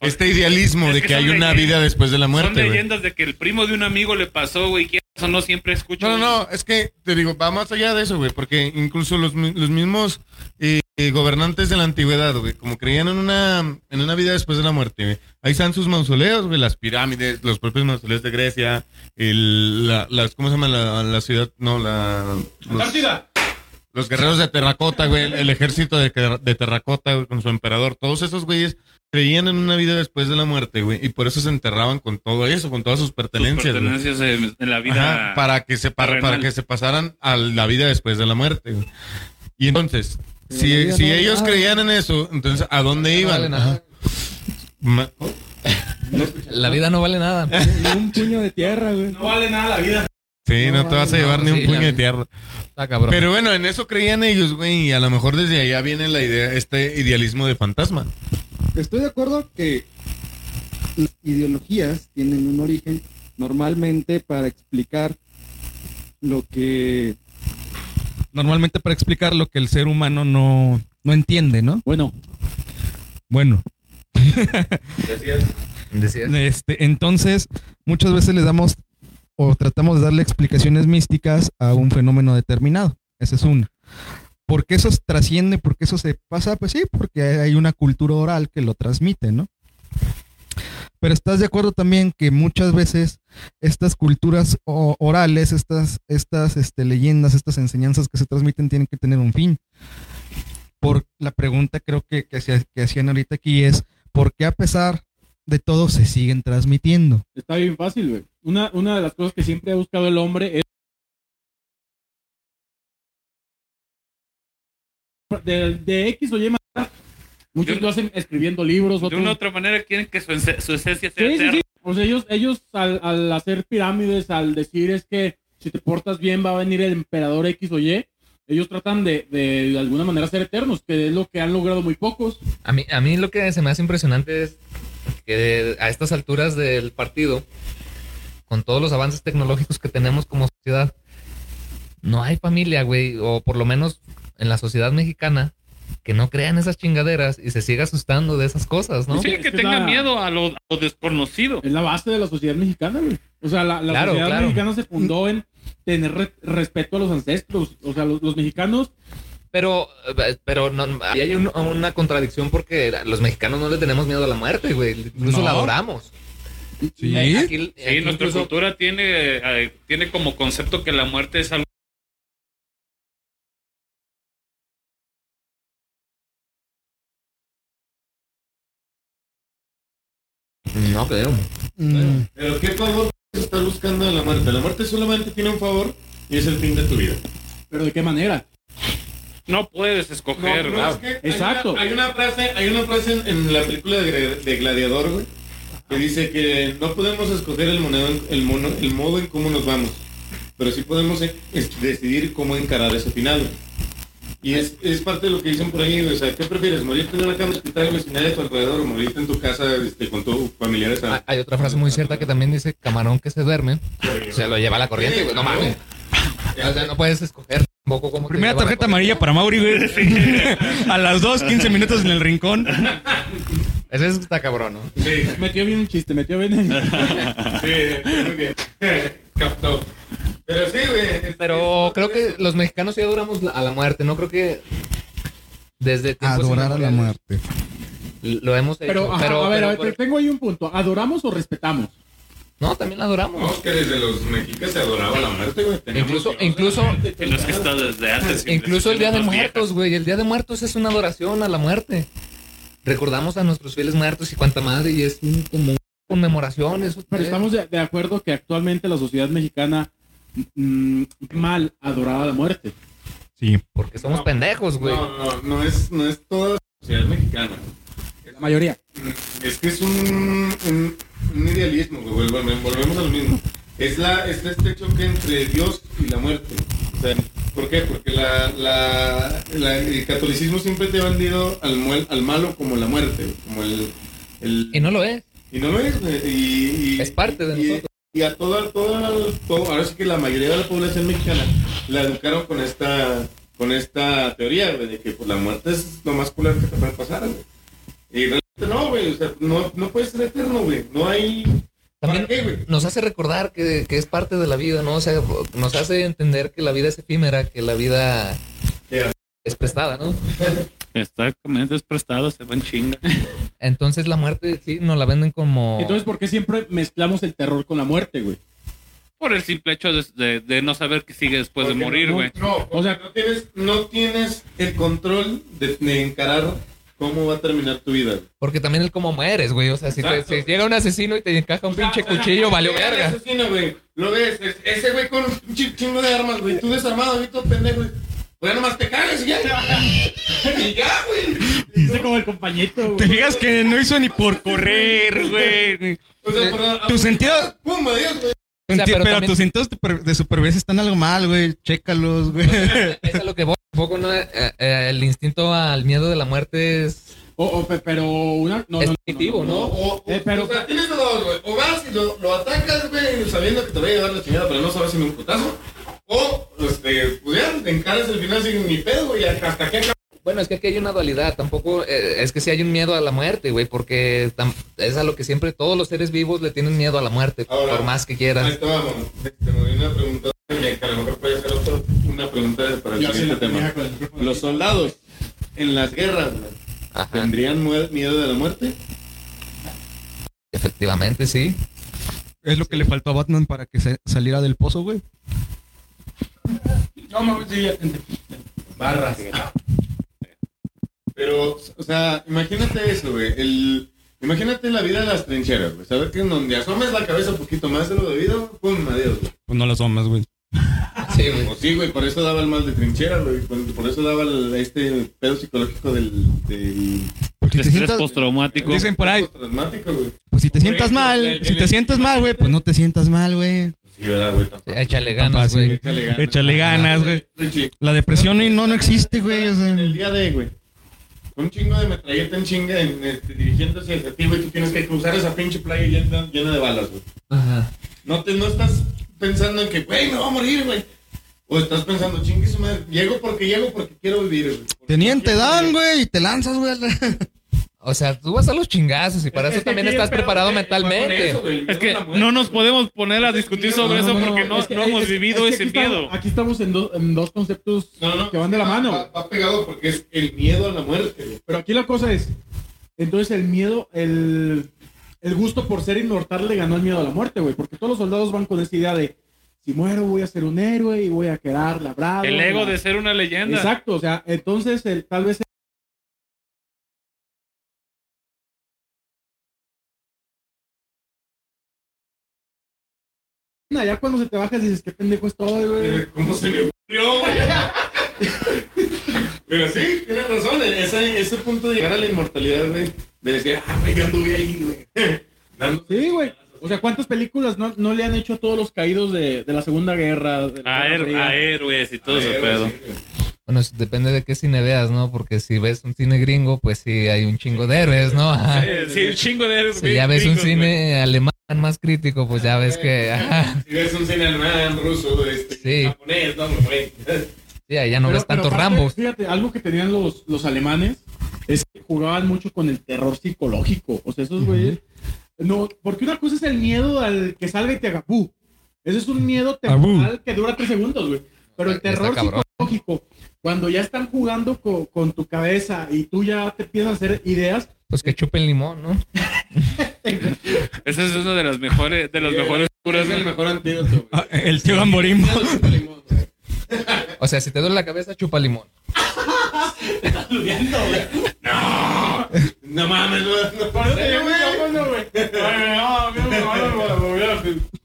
este idealismo Es de que que, son hay una leyendas. vida después de la muerte, Son güey. leyendas de que el primo de un amigo le pasó, güey. Que eso no siempre escucho. No, no, no, es que te digo, va más allá de eso, güey, porque incluso los, mi- los mismos eh, eh, gobernantes de la antigüedad, güey, como creían en una, en una vida después de la muerte, güey. Ahí están sus mausoleos, güey, las pirámides, los propios mausoleos de Grecia, el, la, las, ¿cómo se llama la, la ciudad? No, la... Los, los guerreros de terracota, güey, el, el ejército de, ter- de terracota güey, con su emperador, todos esos güeyes creían en una vida después de la muerte, güey, y por eso se enterraban con todo eso, con todas sus Sus pertenencias, güey. pertenencias en, en la vida. Ajá, para que se para, terrenal. para que se pasaran a la vida después de la muerte. güey. Y entonces, si, si ellos creían en eso, entonces ¿a dónde No iban? vale nada. Ma- La vida no vale nada. Ni un puño de tierra, güey. Sí, no, No te vas a vale llevar nada, ni un sí, puño la- de tierra. Está Ah, cabrón. Pero bueno, en eso creían ellos, güey, y a lo mejor desde allá viene la idea, este idealismo de fantasma. Estoy de acuerdo que las ideologías tienen un origen normalmente para explicar lo que, Normalmente para explicar lo que el ser humano no, no entiende, ¿no? bueno, Bueno, Decía- este, entonces muchas veces le damos o tratamos de darle explicaciones místicas a un fenómeno determinado. Esa es una. ¿Por qué eso trasciende? ¿Por qué eso se pasa? Pues sí, porque hay una cultura oral que lo transmite, ¿no? Pero estás de acuerdo también que muchas veces estas culturas o- orales, estas, estas este, leyendas, estas enseñanzas que se transmiten tienen que tener un fin. Por la pregunta creo que, que, hacía- que hacían ahorita aquí es, ¿por qué a pesar de todo se siguen transmitiendo. Está bien fácil, güey. Una, una de las cosas que siempre ha buscado el hombre es. De, de X o Y manera. Muchos Yo- lo hacen escribiendo libros, De otros. una u otra manera quieren que su, ence- su esencia sea Sí, sí, eterna. sí. Pues ellos, ellos al, al hacer pirámides, al decir es que si te portas bien va a venir el emperador X o Y, ellos tratan de, de, de alguna manera ser eternos, que es lo que han logrado muy pocos. A mí, a mí lo que se me hace impresionante es que a estas alturas del partido, con todos los avances tecnológicos que tenemos como sociedad, no hay familia, güey, o por lo menos en la sociedad mexicana, que no crean esas chingaderas y se siga asustando de esas cosas, ¿no? Sí, Es que que tengan la- miedo a lo, a lo desconocido. Es la base de la sociedad mexicana, güey. O sea, la, la Claro, sociedad claro. mexicana se fundó en tener re- respeto a los ancestros. O sea, los, los mexicanos, Pero, eh, pero no, ahí hay un- una contradicción porque los mexicanos no le tenemos miedo a la muerte, güey, incluso No. la adoramos. Sí. Eh, aquí- Sí, aquí nuestra incluso- cultura tiene, eh, tiene como concepto que la muerte es algo. No creo. Pero ¿qué favor estás buscando de la muerte? La muerte solamente tiene un favor y es el fin de tu vida. pero ¿de qué manera? No puedes escoger. No, no, ¿verdad? es que hay Exacto. una- Hay una, frase, hay una frase en, en la película de, Gre- de Gladiador, güey, que dice que no podemos escoger el, moneda- el, mono, el modo en cómo nos vamos, pero sí podemos e- es- decidir cómo encarar ese final. güey. Y es, es parte de lo que dicen por ahí, güey, o sea, ¿qué prefieres? ¿Morirte en una cama de hospital güey, sin nadie a tu alrededor o morirte en tu casa este, con tus familiares? Ah, Hay otra frase muy cierta que también dice camarón que se duerme, se lo lleva la corriente, güey. No mames. O sea, no puedes escoger tampoco cómo te Primera lleva la tarjeta corriente. amarilla para Mauri, güey. A las 2, 15 minutos en el rincón. Ese es- está cabrón, ¿no? Sí, Metió bien el chiste, metió bien el... sí, muy bien. Captó. Pero sí, güey. es- Pero es- creo que los mexicanos sí adoramos la- a la muerte, ¿no? Creo que desde tiempos Adorar a la inmemoriales muerte. Lo hemos hecho. Pero, Pero, ajá, a ver, pero- a ver, pero- tengo ahí un punto. ¿Adoramos o respetamos? no, también la adoramos. Vamos, que desde los mexicas se adoraba la muerte, güey. Teníamos- Incluso, incluso, Que no es que está desde antes. incluso el Día de Las viejas. Muertos, güey. El Día de Muertos es una adoración a la muerte. Recordamos a nuestros fieles muertos y cuanta madre, y es un- como una conmemoración. Eso Pero es- estamos de, de acuerdo que actualmente la sociedad mexicana mm, mal adoraba la muerte. porque somos pendejos, güey. No, no, no es, no es toda la sociedad mexicana. La mayoría. Es que es un, un, un idealismo, güey. Volvemos, volvemos a lo mismo. Es, la, es este choque entre Dios y la muerte. O sea, ¿Por qué? Porque la, la, la- el catolicismo siempre te ha vendido al, muel- al malo como la muerte, güey, como el... el- Y no lo es. Y no lo es, güey, y, y- Es parte de y- nosotros. Y a toda, toda, todo- ahora sí que la mayoría de la población mexicana la educaron con esta, con esta teoría, güey, de que pues, la muerte es lo más culero que te puede pasar, güey. Y realmente no, güey, o sea, no, no puede ser eterno, güey. No hay... También ¿Para qué, güey? nos hace recordar que, que es parte de la vida, ¿no? O sea, nos hace entender que la vida es efímera, que la vida Ya. es prestada, ¿no? Exactamente, es prestado, se van chinga. Entonces la muerte, sí, nos la venden como... Entonces, ¿por qué siempre mezclamos el terror con la muerte, güey? Por el simple hecho de, de- de no saber qué sigue después de Porque morir, no- güey. No, o sea, no tienes, no tienes el control de, de encarar cómo va a terminar tu vida. güey. Porque también el cómo mueres, güey. O sea, si, te- Exacto. si llega un asesino y te encaja un pinche cuchillo, valió Llega el verga. asesino, güey. Lo ves, es- ese güey con un pinche chingo de armas, güey. Tú desarmado, güey, todo pendejo. güey. Pues ya nomás te cagas y ya. y ya, güey. Dice como el compañito, Te fijas que no hizo ni por correr, güey. O sea, pero- Tu sentido. ¡Pum! Adiós, güey. O sea, Enti- pero pero también- tus sentidos de per- de supervivencia están algo mal, güey. Chécalos, güey. Es a lo que voy. Un poco, ¿no? Eh, eh, el instinto al miedo de la muerte es... O, o, pe- pero una... No, Es no, primitivo, O, ¿no? o, Eh, pero- o sea, tienes de dos, güey. O vas y lo, lo atacas, güey, sabiendo que te va a llevar la chingada, pero no sabes si me un putazo. O, este, pues ya, te encaras el final sin ni pedo, güey. Hasta que acabas. Bueno, es que aquí hay una dualidad. Tampoco eh, es que sí hay un miedo a la muerte, güey. Porque tam- es a lo que siempre todos los seres vivos le tienen miedo a la muerte. Ahora- por más que quieras. Ahí te vamos. Te me dio una pregunta que a lo mejor puede ser otro, una pregunta para el siguiente tema. Los soldados en las guerras, güey. Ajá. ¿Tendrían mue- miedo de la muerte? Efectivamente, sí. Es lo que le faltó a Batman para que se saliera del pozo, güey. Pero, o sea, imagínate eso, güey. El, Imagínate la vida de las trincheras, güey. Saber que en donde asomes la cabeza un poquito más de lo debido, pum, adiós, güey. Pues no lo asomas, güey. Sí, güey. Pues sí, güey, por eso daba el mal de trinchera, güey. Por por eso daba el- este pedo psicológico del... del Porque Pues si te Estrés sientas, postraumático. dicen por ahí, Traumático, güey. pues si te sientas mal, si te sientas mal, güey, pues no te sientas mal, güey. Pues Sí, verdad, güey. tampoco. Échale ganas, güey. Échale ganas. Échale ganas, güey. Richie, La depresión y no, no existe, güey. o sea. en el día de, güey. Un chingo de metralleta en chinga en, este, dirigiéndose hacia ti, güey. Tú tienes que cruzar esa pinche playa llena, llena de balas, güey. Ajá. No, te, no estás pensando en que, güey, me voy a morir, güey. O estás pensando, chingue su madre. Llego porque llego porque quiero vivir, güey. Porque Teniente quiero dan, vivir. güey, y te lanzas, güey. a la- O sea, tú vas a los chingazos y para Es eso que también sí, estás pero, preparado güey, por mentalmente. eso, güey, el miedo Es que a la muerte. no nos podemos poner a discutir sobre eso porque no, Es que- no es- hemos es- vivido es que ese aquí estamos- miedo. Ah, Aquí estamos en, do- en dos conceptos No, no, que van de la va- mano. Va, va pegado porque es el miedo a la muerte, güey. Pero aquí la cosa es, entonces el miedo, el, el gusto por ser inmortal le ganó el miedo a la muerte, güey. Porque todos los soldados van con esa idea de, si muero voy a ser un héroe y voy a quedar labrado. El ego la- de ser una leyenda. Exacto, o sea, entonces el, tal vez... Ya cuando se te bajas dices, qué pendejo estoy, güey. Eh, ¿Cómo se me ocurrió, güey? Pero sí, tienes razón. Ese, ese punto de llegar a la inmortalidad, güey. De decir, ah, güey, yo anduve ahí, güey. Dando- Sí, güey. O sea, ¿cuántas películas no, no le han hecho a todos los caídos de, de la Segunda Guerra? de la A, Guerra her- Fría? a héroes y todo ese Eh, pedo. güey, sí, Bueno, es- depende de qué cine veas, ¿no? Porque si ves un cine gringo, pues sí hay un chingo de héroes, ¿no? Ajá. Eh, Sí, un chingo de héroes. Si ya ves un gringos, güey. cine alemán más crítico, pues ya ves que... ajá. Si ves un cine alemán, ruso, este, Sí. japonés, no, güey. Sí, allá no Pero- ves tantos pero aparte, Rambos. Fíjate, algo que tenían los, los alemanes es que jugaban mucho con el terror psicológico. O sea, esos güeyes. No, porque una cosa es el miedo al que salga y te haga "Bu". Ese es un miedo temporal que dura tres segundos, güey. Pero el Está terror cabrón. psicológico, cuando ya están jugando co- con tu cabeza y tú ya te empiezas a hacer ideas, Pues que chupen limón, ¿no? Esa es una de las mejores, de las mejores curas. Es el mejor antídoto, Ah, el tío Gamborimbo. güey. O sea, si te duele la cabeza, chupa limón. No mames, no, no,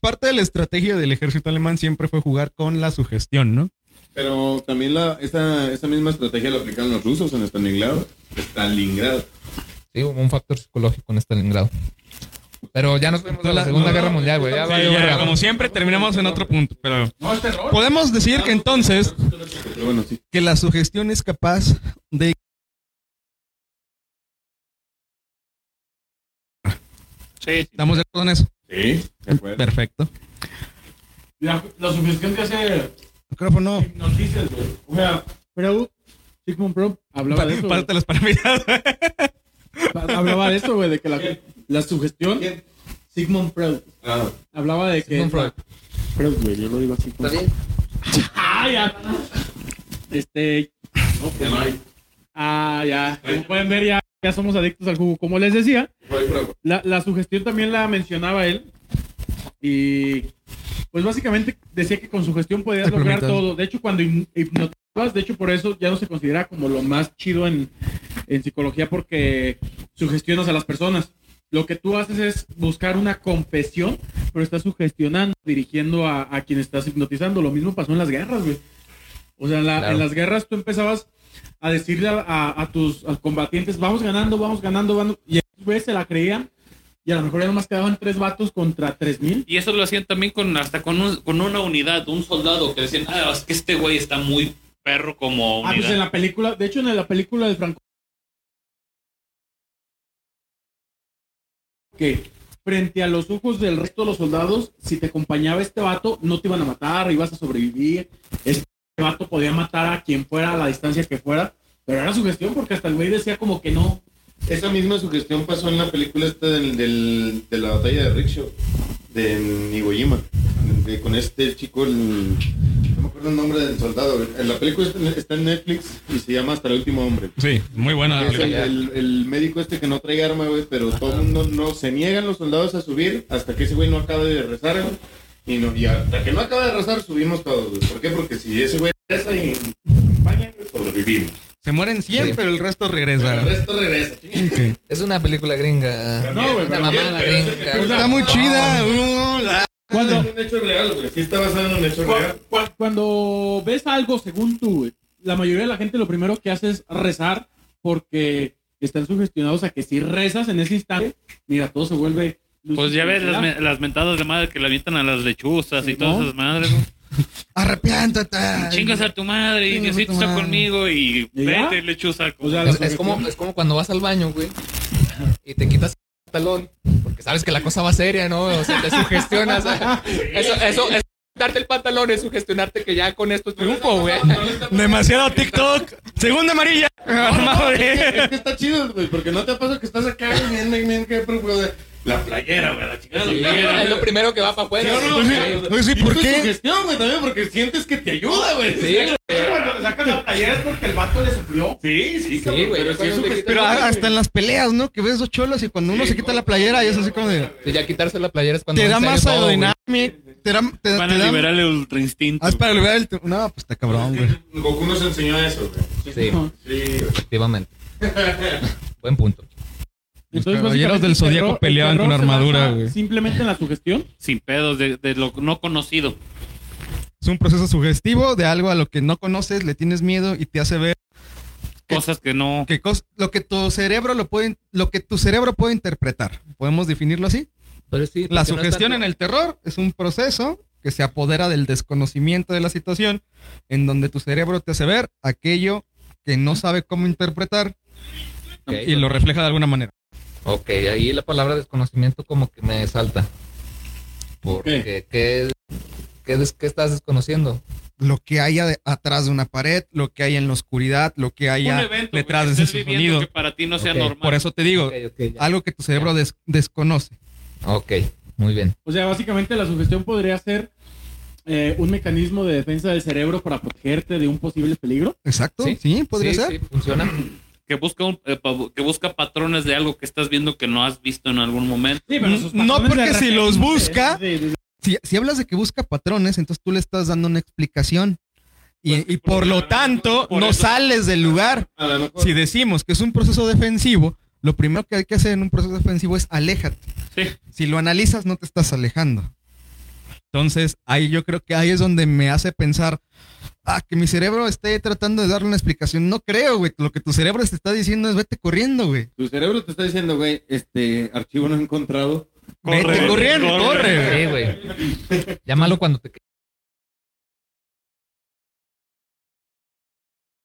Parte de la estrategia del ejército alemán siempre fue jugar con la sugestión, ¿no? Pero también la, esa, esa misma estrategia la aplicaron los rusos en Stalingrado. Stalingrado. Sí, hubo un factor psicológico en Stalingrado. Pero ya nos fuimos a la No, Segunda no, Guerra Mundial, güey. Ya Sí, valió ya, verga. como siempre, terminamos en otro punto, pero... Podemos decir que entonces, este Pero bueno, sí. Que la sugestión es capaz de... Sí, ¿Estamos de acuerdo en eso? Sí, de acuerdo. Perfecto. la, la sugestión que hace Micrófono. noticias, güey. O sea, Freud, Sigmund Freud, hablaba de eso. güey. Párate las palomitas. hablaba de eso, güey, de que la, la sugestión. Sigmund Freud Ah, hablaba de que. Sigmund Freud. Freud, güey, yo lo digo así. como- Ah, ya. Este. no, pues, ah, ya. Como pueden ver, ya, ya somos adictos al jugo. Como les decía, voy, bravo. la, la sugestión también la mencionaba él. Y. Pues básicamente decía que con sugestión podías Ay, lograr palomitas. todo. De hecho, cuando hipn- hipnotizabas, de hecho, por eso ya no se considera como lo más chido en, en psicología porque sugestionas a las personas. Lo que tú haces es buscar una confesión, pero estás sugestionando, dirigiendo a, a quien estás hipnotizando. Lo mismo pasó en las guerras, güey. O sea, en, la- Claro. en las guerras tú empezabas a decirle a, a- a tus a los combatientes, vamos ganando, vamos ganando, vamos. Y esos güeyes se la creían y a lo mejor ya nomás quedaban tres vatos contra tres mil. Y eso lo hacían también con hasta con, un- con una unidad, un soldado que decían, ah, es que este güey está muy perro como Ah, pues en unidad. la película, de hecho en la película del Franco. Que frente a los ojos del resto de los soldados, si te acompañaba este vato, no te iban a matar, ibas a sobrevivir. Este vato podía matar a quien fuera, a la distancia que fuera. Pero era su gestión porque hasta el güey decía como que no. Esa misma sugestión pasó en la película esta del, del- de la batalla de Rickshaw, de mm, Iwo Jima, de- con este chico, el- no me acuerdo el nombre del soldado. güey. En La película está en- está en Netflix y se llama Hasta el último hombre. Sí, muy buena la Ah, Es el, película. el- el médico este que no trae arma, güey, pero todo el mundo no se niegan los soldados a subir hasta que ese güey no acabe de rezar, güey. Y, no, y hasta que no acabe de rezar, subimos todos, güey. pues ¿Por qué? Porque si ese güey reza y nos acompaña, güey, sobrevivimos. Se mueren 100, Sí. pero el resto regresa. Esto regresa. Ok. Es una película gringa. No, güey, Una pero- mamada gringa. Está muy chida. uh, la- Cuando, un hecho real, güey. Sí está basado en un hecho Cu- real. cu- cuando ves algo, según tú, güey, la mayoría de la gente lo primero que hace es rezar porque están sugestionados a que si rezas en ese instante, mira, todo se vuelve... luz Pues y ya ves las, claridad. me- las mentadas de madre que le avientan a las lechuzas y ¿No? todas esas madres. güey. Arrepiéntate. Chingas a tu madre y Chingas a tu Diosito está madre. conmigo y ¿Y ya? vete lechuza. O sea, la Es, es como, es como cuando vas al baño, güey, y te quitas el talón, porque sabes que la cosa va seria, ¿no? O sea, te sugestionas. Eso, eso, es darte el pantalón, es sugestionarte que ya con esto es triunfo, güey. Demasiado TikTok. Segunda amarilla. Es que está chido, güey, porque no te pasa que estás acá bien, bien, bien, que pero, güey, la playera, güey, la chingada. la playera. Es lo primero que va para afuera. No, no, güey. güey. Oye, sí, Y ¿por esto es qué? sugestión, güey, también porque sientes que te ayuda, güey. Sí, güey. Cuando sacas la playera es porque el vato le sufrió. Sí, sí, Sí, güey. Pero Yo sí es cuando te sugestión. Pero ah, a- Ah, hasta en las peleas, ¿no? Que ves dos cholos y cuando uno se quita la playera y es así como de... Sí, ya quitarse la playera es cuando... Te va da en serio más todo, güey. aerodinámica. Te da... Te, Van a te da- liberar el ultra instinto. Ah, es para liberar el... No, pues está cabrón, güey. Goku nos enseñó eso, güey. Sí, Sí, güey. efectivamente. Buen punto. Los caballeros básicamente, del el Zodíaco terror- el peleaban terror con se armadura, basa güey. Simplemente en la sugestión. Sin pedos de, de lo no conocido. Es un proceso sugestivo de algo a lo que no conoces, le tienes miedo y te hace ver Cosas que no. que cos- lo que tu cerebro lo puede, lo que tu cerebro puede interpretar. Podemos definirlo así. Pero sí, La porque no es sugestión tanto- en el terror es un proceso que se apodera del desconocimiento de la situación, en donde tu cerebro te hace ver aquello que no sabe cómo interpretar Ok. y lo refleja de alguna manera. Ok, ahí la palabra desconocimiento como que me salta. Porque, ¿qué, qué, des- qué estás desconociendo? Lo que hay ade- atrás de una pared, lo que hay en la oscuridad, lo que hay un a- evento güey, detrás que de estés ese viviendo sonido. que para ti no sea Ok, normal. Por eso te digo, Ok, ok, ya. algo que tu cerebro des- desconoce. Ok, muy bien. O sea, básicamente la sugestión podría ser eh, un mecanismo de defensa del cerebro para protegerte de un posible peligro. Exacto. Sí, Sí. podría Sí, ser. sí, funciona. que busca un- eh, pa- que busca patrones de algo que estás viendo que no has visto en algún momento. Sí, pero sus No, patrones de porque si los busca, Si, si hablas de que busca patrones, entonces tú le estás dando una explicación. Y, Pues, y por por lo eso- tanto, por no eso- sales del lugar. A lo mejor. Si decimos que es un proceso defensivo, lo primero que hay que hacer en un proceso defensivo es aléjate. Sí. Si lo analizas, no te estás alejando. Entonces, ahí yo creo que ahí es donde me hace pensar, ah, que mi cerebro esté tratando de darle una explicación. No creo, güey. Lo que tu cerebro te está diciendo es vete corriendo, güey. Tu cerebro te está diciendo, güey, este archivo no encontrado. vete corriendo, corre, güey. Sí, güey. Llámalo cuando te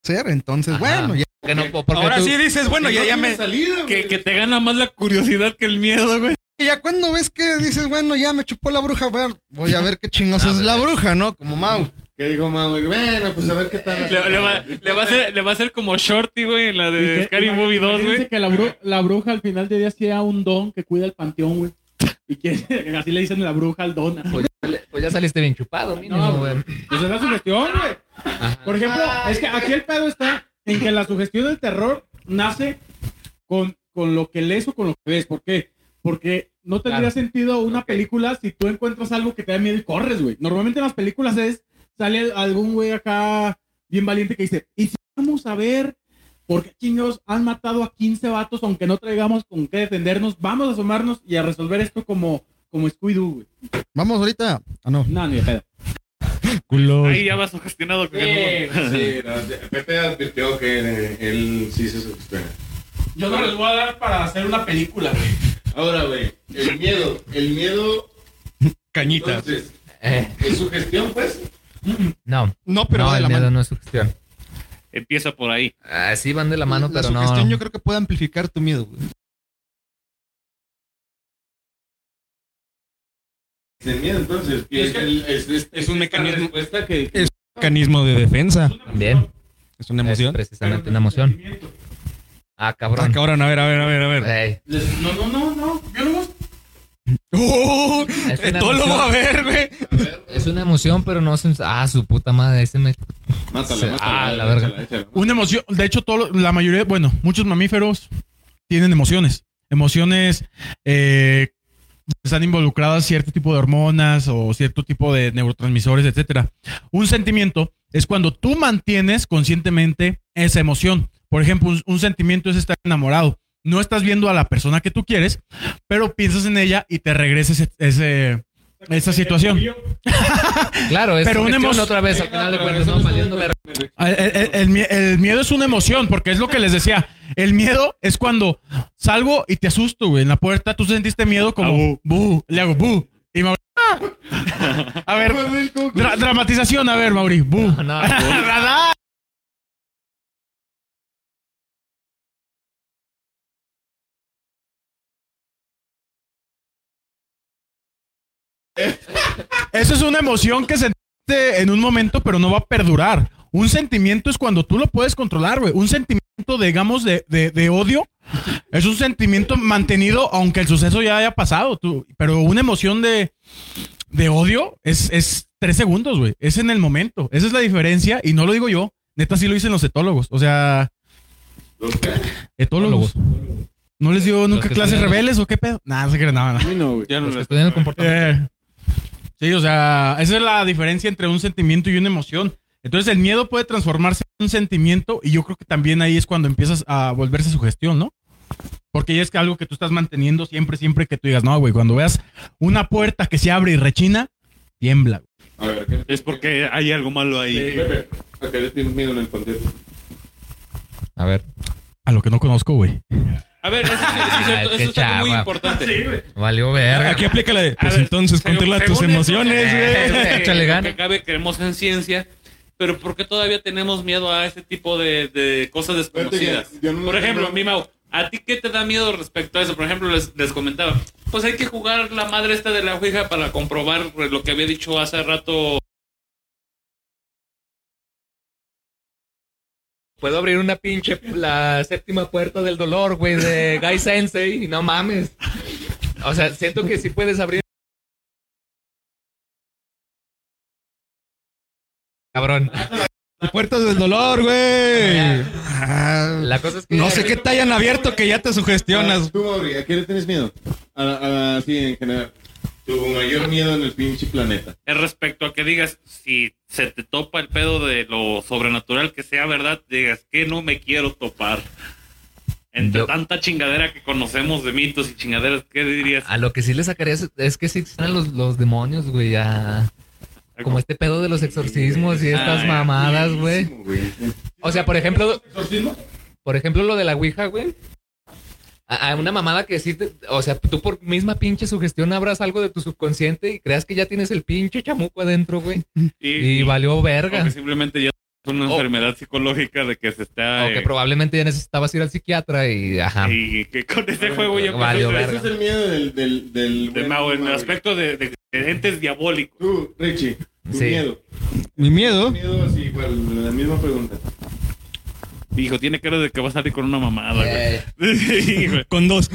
Ser, entonces, Ajá. bueno, ya. que no porque Ahora tú- sí dices, bueno, ya, ya me... Salida, Que, güey. que te gana más la curiosidad que el miedo, güey. Y ya cuando ves que dices, bueno, ya me chupó la bruja, ver, voy a ver qué chingos es la bruja, ¿no? Como Mau. Que dijo, mamá, bueno, pues a ver qué tal. Le, le va, le va a hacer, le va a hacer como Shorty, güey, en la de Scary Movie 2, güey. Dice que la, bru- la bruja al final del día sea un don que cuida el panteón, güey. Y que así le dicen la bruja al don. pues, ya sale- pues ya saliste bien chupado, mínimo, No, güey. Pues es la sugestión, güey. Por ejemplo, es que aquí el pedo está en que la sugestión del terror nace con, con lo que lees o con lo que ves. ¿Por qué? Porque no tendría Claro. sentido una película si tú encuentras algo que te da miedo y corres, güey. Normalmente en las películas es, sale algún güey acá bien valiente que dice, y si vamos a ver por qué chingados han matado a 15 vatos, aunque no traigamos con qué defendernos, vamos a asomarnos y a resolver esto como, como Scooby-Doo, güey. Vamos ahorita. Ah, no. No, ni de pedo. Ahí ya vas sugestionado. Que no. Sí, no, Pepe advirtió que eh, él sí se sugestiona. Yo no les voy a dar para hacer una película, güey. Ahora, güey, el miedo, el miedo, Cañitas. entonces, Eh, es sugestión, pues. no, No, pero no, va de el la miedo mano. no es sugestión. Empieza por ahí. Ah, sí van de la mano, la pero no. sugestión yo creo que puede amplificar tu miedo, güey. El miedo, entonces, que es, el- es- es- Es un esta mecanismo. respuesta que Mecanismo de defensa. También Es una es emoción. precisamente una emoción. Ah, Ah, cabrón. cabrón, a ver, a ver, a ver, a ver. Ey, les- no, no, no, no, biólogos. ¡Oh! es una Todo lo emoción. voy a ver, güey. Es una emoción, pero no. sens- Ah, su puta madre. Ese me. Mátala, Sí. mátala. Ah, la échala, verga. échala. Una emoción, de hecho, todo, lo- la mayoría, bueno, muchos mamíferos tienen emociones. Emociones eh, están involucradas cierto tipo de hormonas o cierto tipo de neurotransmisores, etcétera. Un sentimiento es cuando tú mantienes conscientemente esa emoción. Por ejemplo, un, un sentimiento es estar enamorado. No estás viendo a la persona que tú quieres, pero piensas en ella y te regresas ese, ese- esa situación. Claro, es Pero una conexión emo- otra vez, al final de cuentas, no valiendo ver. Ah, El, el- el mie- el miedo es una emoción, porque es lo que les decía. El miedo es cuando salgo y te asusto, güey. En la puerta tú sentiste miedo como... "Bu", le hago bu. Y Mauri... "Ah". A ver, dra- dramatización, a ver, Mauri. Bu. No, ¿Verdad? Eso es una emoción que sentiste en un momento, pero no va a perdurar. Un sentimiento es cuando tú lo puedes controlar, güey. Un sentimiento, digamos, de, de- de odio es un sentimiento mantenido, aunque el suceso ya haya pasado. Tú, pero una emoción de, de odio es, es tres segundos, güey. Es en el momento. Esa es la diferencia y no lo digo yo. Neta, sí lo dicen los etólogos. O sea, etólogos. ¿No les dio nunca que clases estudian- rebeles o qué pedo? Nada, no se crean, nada. Ya no Los que les- estudian el comportamiento. Eh, sí, o sea, esa es la diferencia entre un sentimiento y una emoción. Entonces el miedo puede transformarse en un sentimiento y yo creo que también ahí es cuando empiezas a volverse su gestión, ¿no? Porque ya es que algo que tú estás manteniendo siempre, siempre que tú digas, no, güey, cuando veas una puerta que se abre y rechina, tiembla. güey". A ver, ¿qué? Es porque hay algo malo ahí. Pepe, ¿a qué le tienes miedo en el concierto? A ver, A lo que no conozco, güey. A ver, eso, es- eso es Ay, cierto, qué eso es algo muy chava. importante. valió verga. Aquí aplica la de. Pues ver, entonces, según- controla tus según eso, emociones, eh, güey. eh, Échale lo gana. que cabe, creemos en ciencia, pero ¿por qué todavía tenemos miedo a este tipo de, de cosas desconocidas? Fíjate que yo no- Por ejemplo, no- mi Mau, ¿a ti qué te da miedo respecto a eso? Por ejemplo, les, les comentaba, pues hay que jugar la madre esta de la Ouija para comprobar pues, lo que había dicho hace rato. Puedo abrir una pinche la séptima puerta del dolor, güey, de Guy Sensei y no mames. O sea, siento que sí puedes abrir. Cabrón. Puertas del dolor, güey. La cosa es que Ah, No sé qué te hayan abierto que ya te Ah, sugestionas. Ah, Tú, Mauri, ¿a qué le tienes miedo? A, a- sí, en general. Tu mayor miedo en el pinche planeta. Es respecto a que digas, si se te topa el pedo de lo sobrenatural, que sea verdad, digas que no me quiero topar. Entre Yo- tanta chingadera que conocemos de mitos y chingaderas, ¿qué dirías? a lo que sí le sacaría es, es que sí existen los, los demonios, güey, a- como este pedo de los exorcismos y estas Ah, mamadas, güey. O sea, por ejemplo, ¿Exorcismo? Por ejemplo, lo de la Ouija, güey. A, a una mamada que sí, te- o sea, tú por misma pinche sugestión abras algo de tu subconsciente y creas que ya tienes el pinche chamuco adentro, güey. Y, valió O que verga. simplemente ya es una O- enfermedad psicológica de que se está. O que eh, probablemente ya necesitabas ir al psiquiatra y Ah. ajá. y que con ese juego ya Valió empezó Ese es el miedo del... del, del de buen Mao en el Mauri. aspecto de, de, de entes diabólicos. Tú, Richie, tu Sí. miedo. Mi miedo. Miedo así, igual, la misma pregunta. Hijo, tiene cara de que va a salir con una mamada, güey. Eh, Sí, güey. Con dos.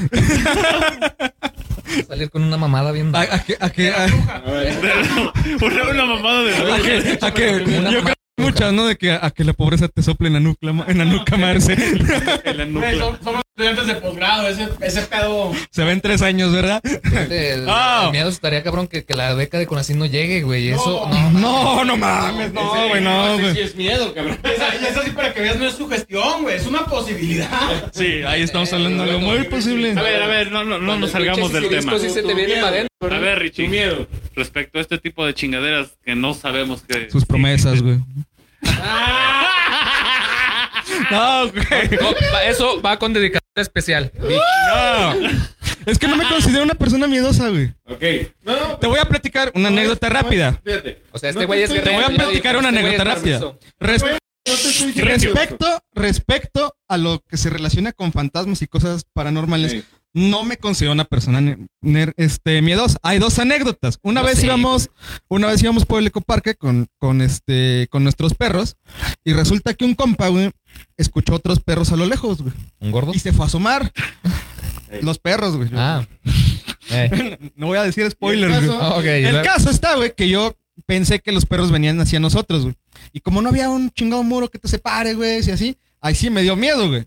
salir con una mamada bien. A, a que, a que- a- A ver, una, una mamada A de. que, a que- yo creo que muchas, ¿no? De que a que la pobreza te sople en la nuca, ma- en la nuca, Marce. en la nuca. Somos estudiantes de posgrado, ese, pedo. Se ven tres años, ¿verdad? El, el Ah. miedo estaría cabrón que, que la beca de Conacyt no llegue, güey. Eso no. No, no mames, no, güey, no, güey. es miedo, cabrón. Eso sí, para que veas, no es su gestión, güey. Es una posibilidad. Sí, ahí Eh, estamos hablando de lo muy posible. A ver, a ver, no, no, no nos salgamos del tema. Si se te viene para adentro. A ver, Richie. miedo. Respecto a este tipo de chingaderas que no sabemos que. Sus promesas, güey. No, güey. No, va- eso va con dedicatoria especial. No. Es que no me considero una persona miedosa, güey. Ok. No, no, Te voy a platicar una anécdota rápida. fíjate. O sea, este No te güey es estoy- Te voy a guerrero, platicar ya una dijo, este güey es anécdota rápida. perverso. Res- No te estoy diciendo- Respecto, respecto a lo que se relaciona con fantasmas y cosas paranormales, Sí. no me considero una persona ne- ner- este, miedosa. Hay dos anécdotas. Una No vez sé. íbamos, una vez íbamos por el ecoparque con, con este, con nuestros perros, y resulta que un compa, güey, escuchó otros perros a lo lejos, güey, ¿Un gordo? y se fue a asomar. Los perros, güey. Ah. Eh. No voy a decir spoilers, caso? güey. Ah, ok, El la- caso está, güey, que yo pensé que los perros venían hacia nosotros, güey. Y como no había un chingado muro que te Ah. separe, güey, y así, ahí sí me dio miedo, güey.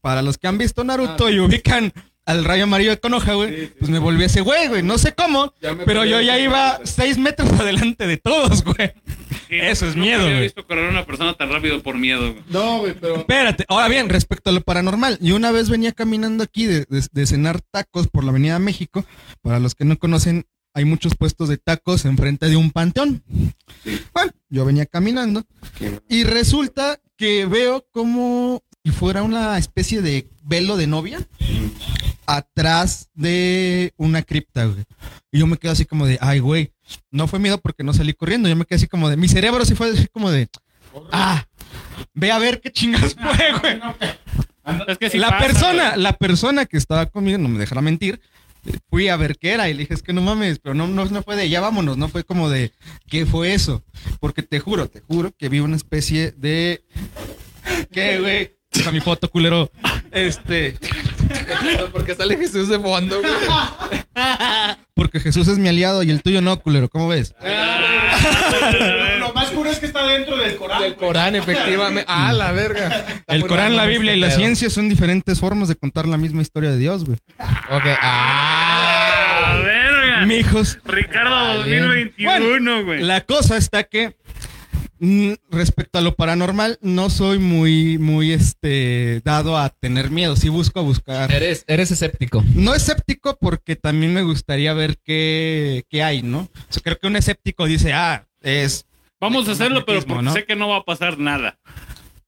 Para los que han visto Naruto y ubican al rayo amarillo de Conoja, güey, Sí, sí. pues me volví ese güey, güey. No sé cómo, Ya me pero perdí yo ya de- iba seis metros adelante de todos, güey. Eso es miedo, Nunca había güey. visto correr a una persona tan rápido por miedo, güey. No, güey, pero. Espérate, ahora bien, respecto a lo paranormal, yo una vez venía caminando aquí de, de- de cenar tacos por la Avenida México. Para los que no conocen, hay muchos puestos de tacos enfrente de un panteón. Bueno, yo venía caminando y resulta que veo como si fuera una especie de velo de novia atrás de una cripta, güey. Y yo me quedo así como de, ay, güey, no fue miedo porque no salí corriendo. Yo me quedé así como de, mi cerebro sí fue así como de, ah, ve a ver qué chingas fue, güey Es que sí la pasa, persona, güey. la persona que estaba conmigo, no me dejará mentir, eh, fui a ver qué era y le dije, es que no mames, pero no, no, no fue de ya vámonos, no fue como de qué fue eso. Porque te juro, te juro que vi una especie de. ¿Qué, güey? Deja mi foto, culero. Este. Porque sale Jesús de fondo, güey. Porque Jesús es mi aliado y el tuyo no, culero. ¿Cómo ves? Lo más puro es que está dentro del coral. El Corán, efectivamente. Ah, la verga. Está El muy Corán, la random Biblia y este la pedo. ciencia son diferentes formas de contar la misma historia de Dios, güey. Ok. Ah. A verga. Mijos, Ricardo 2021, güey. La cosa está que mm, respecto a lo paranormal no soy muy muy este dado a tener miedo, sí busco a buscar. Eres, eres escéptico. No escéptico porque también me gustaría ver qué, qué hay, ¿no? O sea, creo que un escéptico dice, "Ah, es Vamos a hacerlo, pero Magnetismo, porque ¿no? sé que no va a pasar nada.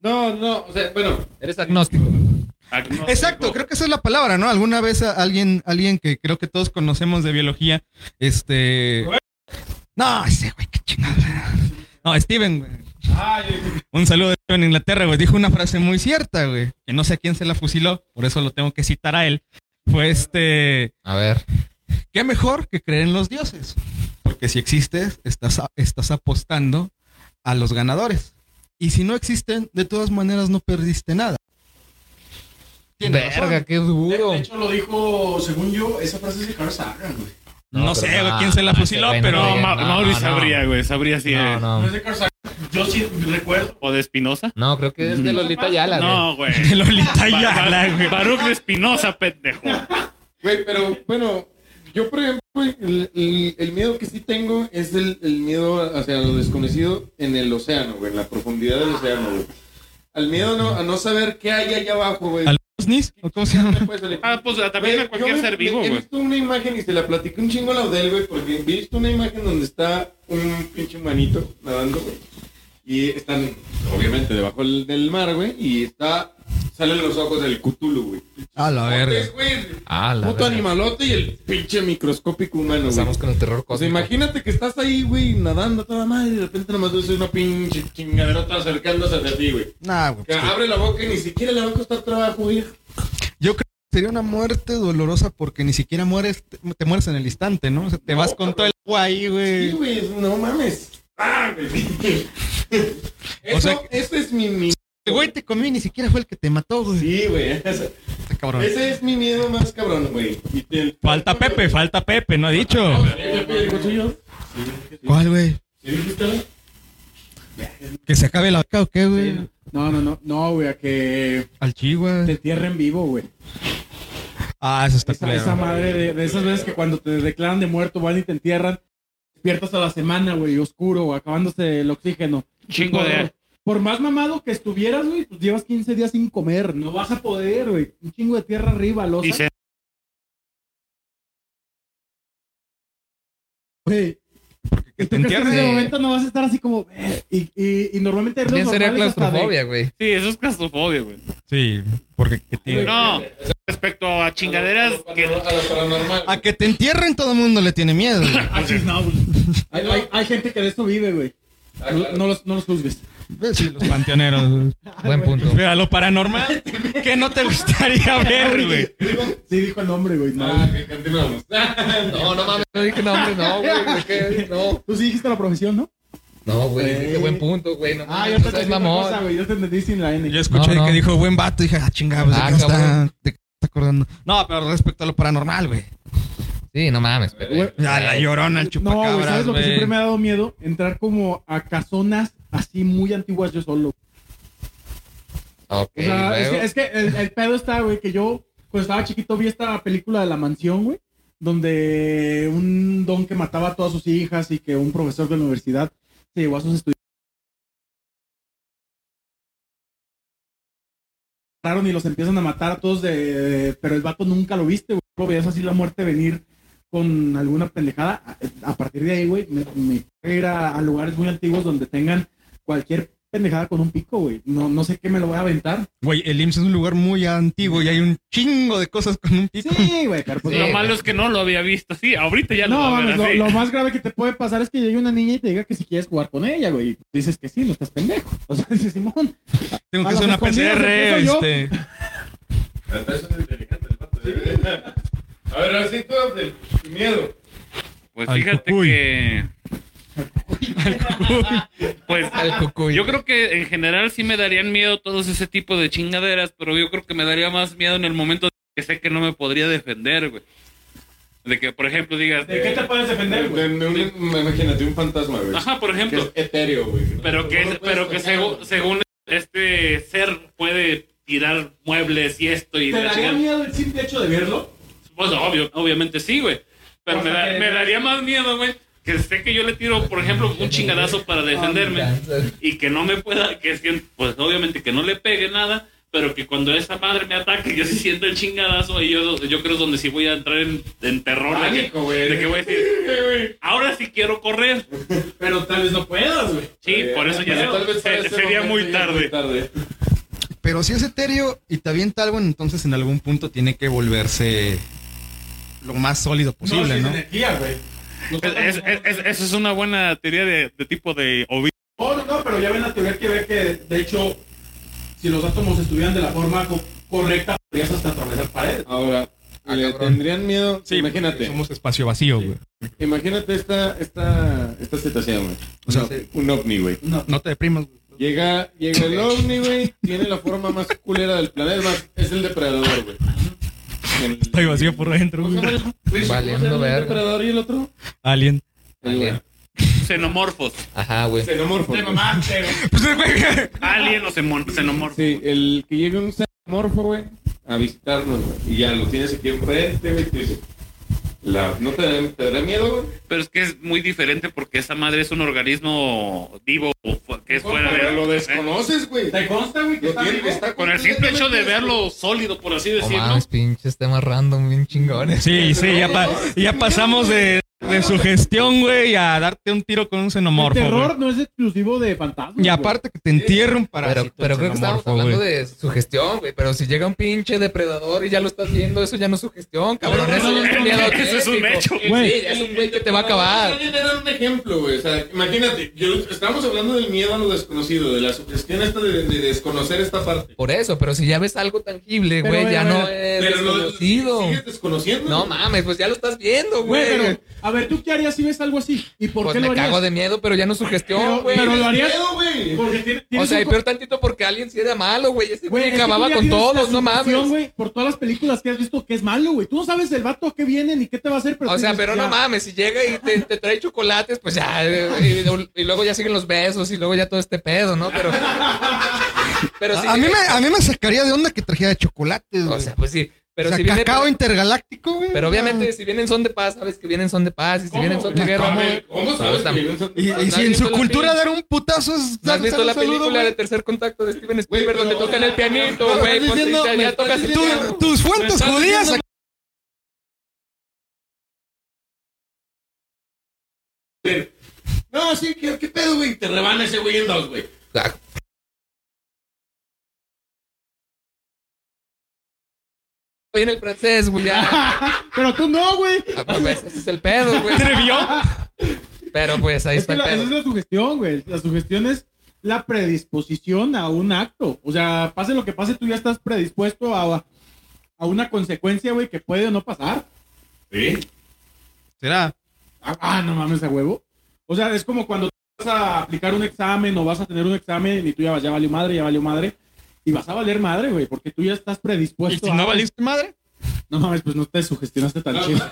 No, no, o sea, bueno. Eres agnóstico. Ah, Agnóstico. Exacto, creo que esa es la palabra, ¿no? Alguna vez a- alguien alguien que creo que todos conocemos de biología, este No, ese güey qué chingada. No, Steven, güey. Un saludo de Steven Inglaterra, güey. Dijo una frase muy cierta, güey. Que no sé a quién se la fusiló, por eso lo tengo que citar a él. Fue este. A ver. ¿Qué mejor que creer en los dioses? Porque si existes, estás, a- estás apostando a los ganadores. Y si no existen, de todas maneras no perdiste nada. Tiene razón. Verga, qué duro. De hecho, lo dijo, según yo, esa frase es de Carl Sagan, güey. No, No, sé, pero güey, no, Ah, quién se la no, fusiló, ese güey no pero. No, diga. Ma- no, Mauri no. sabría, güey. Sabría si No, es. No no. es de Carl Sagan. Yo sí recuerdo. O de Espinosa. No, creo que es de Lolita Yala, güey. No, güey. Lolita Ba- ba- Ayala, güey. Baruch de Espinosa, pendejo. Güey, pero bueno, yo por ejemplo, güey, el, el- el miedo que sí tengo es el, el miedo hacia lo desconocido en el océano, güey, en la profundidad del océano, güey. Al miedo no, a no saber qué hay allá abajo, güey. ¿Al Osnis? ¿O cómo se llama? Pues, el- Ah, pues también Güey, a cualquier yo me- ser vivo, me- He güey. visto una imagen y se la platicé un chingo a Laudel, güey, porque he visto una imagen donde está un pinche humanito nadando, güey. Y están, obviamente, debajo del, del mar, güey, y está, salen los ojos del Cthulhu, güey. A la Entonces, güey, Ah, la Puto verga. animalote y el pinche microscópico humano, güey. Empezamos con el terror O sea, cósmico. imagínate que estás ahí, güey, nadando a toda madre y de repente nomás ves una pinche chingaderota acercándose hacia ti, güey. Nah, güey. Que pues, abre la boca y ni siquiera le va a costar trabajo, güey. Yo creo que sería una muerte dolorosa porque ni siquiera mueres, te, te mueres en el instante, ¿no? O sea, te vas con todo el agua ahí, Sí, güey. güey, no mames. Ah, güey. eso, O sea ese es mi, mi- El güey te comió y ni siquiera fue el que te mató, güey. Sí, güey. Ese Está cabrón. ese es mi miedo más cabrón, güey. Y te- Falta Pepe, falta Pepe, no ha dicho. Pepe, hijo tuyo? ¿Cuál, güey? ¿Sí dijiste algo? ¿Que se acabe la vaca o qué, güey? No, no, no, no, güey, a que Al chi, te güey. entierren vivo, güey. Ah, eso está Esa, esa claro. madre de, de esas veces que cuando te declaran de muerto van y te entierran, despiertas a la semana, güey, oscuro, acabándose el oxígeno. Chingo de. Por- Por más mamado que estuvieras, güey, pues llevas 15 días sin comer, no vas a poder, güey. Un chingo de tierra arriba, losa. Y se- Güey. Y te tú crees que en ese entierren. momento no vas a estar así como... "Eh", Y, y, y normalmente... También sería normales hasta de- claustrofobia, güey. Sí, eso es claustrofobia, güey. Sí, porque que te... No, respecto a chingaderas A que. lo- a lo paranormal. A que te entierren todo el mundo le tiene miedo. güey. pues, Ah, sí, no, güey. hay, hay- hay gente que de esto vive, güey. Ah, No, claro. no los, no los juzgues. Ve, Sí, los panteoneros. güey. Buen punto. Pero a lo paranormal, que no te gustaría ver, güey? Sí, dijo el nombre, güey. No. Ah, que continuamos. No, no mames, no dije no, hombre, no, güey. ¿de qué? No, Tú sí dijiste la profesión, ¿no? no, güey. Eh. Dije buen punto, güey. No, Ah, mames, yo no te seas entendí otra mamón. cosa, güey. Yo te entendí sin la N. Yo escuché No, no. que dijo buen vato, dije, ah, chingados, ¿de, Ah, qué me cabrón. está, ¿de qué me está acordando? No, pero respecto a lo paranormal, güey. Sí, no mames, pero. Ya, la llorona, el No, chupacabras, güey, ¿sabes lo que güey. siempre me ha dado miedo? Entrar como a casonas así muy antiguas yo solo. Ok, O sea, es luego. que, es que el, el pedo está, güey, que yo cuando estaba chiquito vi esta película de la mansión, güey, donde un don que mataba a todas sus hijas y que un profesor de la universidad se llevó a sus estudiantes. y los empiezan a matar a todos de... Pero el vato nunca lo viste, güey. Lo veías así la muerte venir con alguna pendejada. A, a partir de ahí, güey, me, me era a lugares muy antiguos donde tengan cualquier pendejada con un pico, güey. No, no sé qué me lo voy a aventar. Güey, el IMSS es un lugar muy antiguo y hay un chingo de cosas con un pico. Sí, güey, pero pues Sí, Lo güey. no, malo es que no lo había visto así. Ahorita ya lo no, va a ver mames, lo, así. lo más grave que te puede pasar es que llegue una niña y te diga que si quieres jugar con ella, güey. Y Dices que sí, no estás pendejo. O sea, dices, Simón, Tengo que A hacer una las PCR. escondidas empiezo yo. Este. Hasta eso es inteligente el vato, ¿eh? A ver, así todo del miedo. Pues Al fíjate cucuy. que. Pues yo creo que en general sí me darían miedo todos ese tipo de chingaderas, pero yo creo que me daría más miedo en el momento que sé que no me podría defender, güey. De que, por ejemplo, digas, ¿De qué te puedes defender, güey? De- de un- imagínate un fantasma, güey. ajá, por Que es ejemplo, etéreo, güey. pero que, No lo puedes pero que tocar, segu- güey. según este ser puede tirar muebles y esto y ¿Te la daría chingada. miedo el simple hecho de verlo? Pues obvio, obviamente sí, güey. Pero O me, sea, da- que- me daría más miedo, güey. Que sé que yo le tiro, por ejemplo, un chingadazo Ah, para defenderme. Y que no me pueda, que es que, pues obviamente que no le pegue nada. Pero que cuando esa madre me ataque, yo sí siento el chingadazo. Y yo, yo creo es donde sí voy a entrar en, en terror. de, que, Pánico, güey. de que voy a decir, ahora sí quiero correr. Pero tal vez no puedas, güey. Sí, por eso ya Eh, Pero tal vez para se- ese sería momento muy ya es tarde. Pero si es etéreo y te avienta algo, entonces en algún punto tiene que volverse lo más sólido no, posible, sí es ¿no? energía, güey. Nosotros- Es- es- es- Esa es una buena teoría de, de tipo de ovi- No, no, no, pero ya ven la teoría que ve que, de hecho, si los átomos estuvieran de la forma co- correcta, podrías hasta atravesar paredes. Ahora, le tendrían miedo. imagínate. Somos espacio vacío, güey. Imagínate esta, esta, esta situación, güey. O sea, Un ovni, güey. no te deprimas. güey. Llega, llega el ovni, güey. Tiene la forma más culera del planeta. Es más, es el depredador, güey. El- Estoy vacío pues. por dentro, ¿Cómo se güey. llama el- Pues, Valiendo ¿cómo se llama verga. El depredador y el otro. Alien. El güey. xenomorfos. Ajá, güey. Xenomorfo. güey. Alien o xemon- xenomorfos. Sí, el que llega un xenomorfo, güey, a visitarnos, güey. Y ya lo tienes aquí enfrente, güey. y te dice, La, ¿No te, dará- te dará miedo, güey? Pero es que es muy diferente porque esa madre es un organismo vivo o fu- que es No, fuera de ¿eh? pero Lo desconoces, güey. ¿Te consta, güey, que Lo está tienes, vivo? está Con el simple hecho de completamente verlo sólido, por así No decirlo. mames, pinches temas random, bien chingones. Sí, sí, ya, pa- ya pasamos de, de sugestión, güey, a darte un tiro con un el xenomorfo. terror güey. no es exclusivo de fantasmas. Y güey. aparte que te entierren para. Pero, pero creo que estábamos hablando de sugestión, güey. Pero si llega un pinche depredador y ya lo estás viendo, eso ya no es sugestión, cabrón. No, no, Eso no, ya es no, miedo no, auténtico. eso es un hecho. Sí, Güey. es un güey que te va a acabar. Voy a dar un ejemplo, güey. O sea, imagínate, yo, estamos hablando del miedo a lo desconocido, de la sugestión esta de, de desconocer esta parte. Por eso, pero si ya ves algo tangible, Pero, güey, ya pero, no es Pero lo desconocido. sigues desconociendo. No güey. mames, pues ya lo estás viendo, Güey, güey. pero, a ver, ¿tú qué harías si ves algo así? ¿Y por Pues qué lo me harías? cago de miedo, pero ya no es sugestión, Pero- güey. pero lo harías. Miedo, güey. Porque tiene- O tienes sea, un y peor tantito porque alguien sí era malo, güey. Ese güey es que tú acababa ya con tienes la todos, no mames. sensación, güey, por todas las películas que has visto que es malo, güey. Tú no sabes el vato que viene ni qué te va a hacer, pero O sea, tienes- pero no ya. mames, si llega y te, te trae chocolates, pues ya, eh, y, y luego ya siguen los besos y luego ya todo este pedo, ¿no? Pero, pero si A, a mí llega- me, a mí me sacaría de onda que trajera chocolates, güey. o sea, pues sí, pero o sea, si viene, cacao intergaláctico, güey. pero obviamente si vienen son de paz, sabes que vienen son de paz y si vienen son de guerra, ¿Cómo, güey. cómo sabes? Pues, que vienen son- Y, y ¿No has si en visto su la cultura peli? dar un putazo es ¿No has darse visto un la saludo, película güey? de Tercer Contacto de Steven Spielberg pero- donde tocan el pianito, Pero güey? estás Pues sí, diciendo- ya, me ya estás tocas el diciendo- piano. tus Me fuentes estás judías diciendo- No, sí, ¿qué, qué pedo, güey? Te rebana ese güey en dos, güey. Ah, Oye, en el francés, güey, ya. Pero tú no, güey. Ah, pues, ese es el pedo, güey. Pero pues ahí Es está que el la- pedo. esa es la sugestión, güey. La sugestión es la predisposición a un acto. O sea, pase lo que pase, tú ya estás predispuesto a, a una consecuencia, güey, que puede o no pasar. ¿Será? Ah, ah, no mames, a huevo. O sea, es como cuando vas a aplicar un examen o vas a tener un examen y tú ya, vas- ya valió madre, ya valió madre. Y vas a valer madre, güey, porque tú ya estás ¿Y predispuesto si a... no valiste madre? No mames, pues no te sugestionaste tan chido.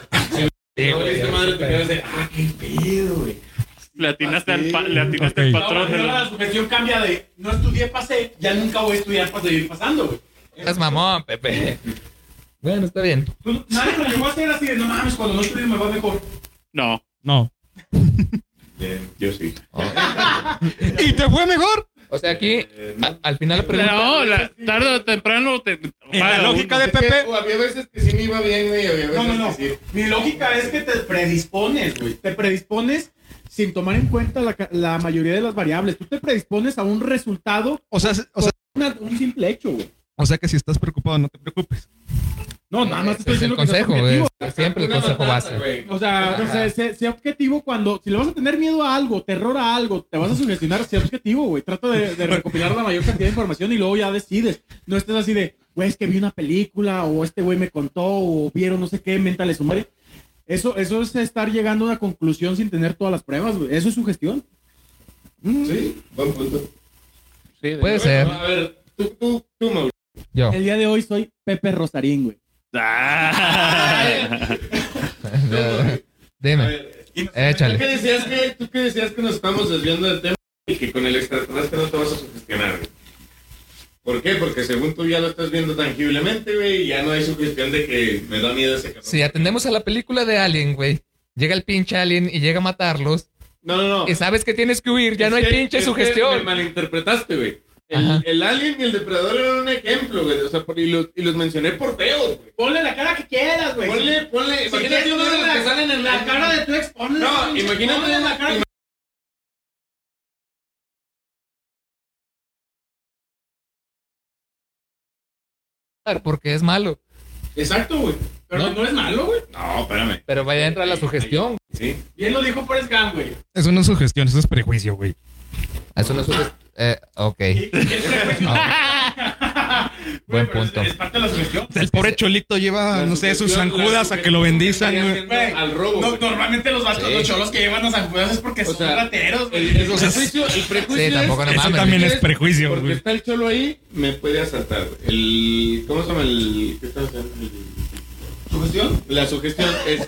Sí, No, güey, esta ya, madre te pero- quedas de, ah, qué pedo, güey. Le atinaste al, pa- le atinaste al Ok. Ahora, patrón. de ahora la- la sugestión cambia de no estudié, pasé, ya nunca voy a estudiar para seguir pasando, güey. Es mamón, Pepe. Bueno, está bien. Pues, nadie lo llegó a hacer así de, no mames, cuando no estudio me va mejor. No. No. Bien, yo sí. ¿Y te fue mejor? O sea, aquí, Eh, a- al final la pregunta... No, la- tarde o temprano te. En la lógica de Es que, Pepe. o había veces que sí me iba bien, güey, y había veces No, no, no. que sí. Mi lógica es que te predispones, güey. Te predispones sin tomar en cuenta la, ca- la mayoría de las variables. Tú te predispones a un resultado, O sea, o sea, una- un simple hecho, güey. o sea que si estás preocupado, no te preocupes. No, nada más te estoy es el diciendo que seas consejo, objetivo. es siempre el Una consejo batata, base. güey. O sea, Ajá. o sea, sé, sé objetivo cuando, si le vas a tener miedo a algo, terror a algo, te vas a sugestionar, sé objetivo, güey. Trata de, de recopilar la mayor cantidad de información y luego ya decides. No estés así de, güey, es que vi una película, o este güey me contó, o vieron no sé qué, mental es madre. Eso, eso es estar llegando a una conclusión sin tener todas las pruebas, güey. Eso es sugestión. Sí, buen punto. Puede ser, A ver, tú, tú, tú, Mauricio. yo. El día de hoy soy Pepe Rosarín, güey. Ah. A Dime, ver, y nos- Échale. ¿tú qué, decías que, ¿Tú qué decías que nos estamos desviando del tema? Y que con el extraterrestre no te vas a sugestionar, güey. ¿Por qué? Porque según tú ya lo estás viendo tangiblemente, güey, y ya no hay sugestión de que me da miedo ese cabrón. si atendemos a la película de Alien, güey, llega el pinche Alien y llega a matarlos, No, no, no. y sabes que tienes que huir, ya no hay Es que- pinche es que Me sugestión. malinterpretaste, güey. Ajá. El, el alien y el depredador eran un ejemplo, güey. O sea, por- y, los, y los mencioné por feos, güey. Ponle la cara que quieras, güey. Ponle, ponle. Si Imagínate quieres uno de los ponerla- que salen en La cara de tu ex, ponle No, imagínate ponle la cara. Porque es malo. Exacto, güey. Pero no, no es malo, güey. No, espérame. Pero vaya entra la sugestión. Sí. Bien lo dijo Forrest Gump, güey. Eso no es sugestión, eso es prejuicio, güey. Ah, Eso no es suges- eh, ok. Ah. Buen Güey, pero es- punto. Es parte de la sugestión. El pobre Cholito lleva, no sé, sus La zanjudas a que lo bendizan, sugestión güey. que estaría haciendo Al robo. No, güey. normalmente los vatos, Sí. los cholos que llevan a San Judas es porque O son sea, rateros, güey. El, el prejuicio, el prejuicio Sí, tampoco no es, mames. también es ¿Quieres? prejuicio, porque güey. está el cholo ahí, me puede asaltar. güey. El, ¿Cómo se llama el? ¿Qué estás haciendo? El- ¿Sugestión? La sugestión es,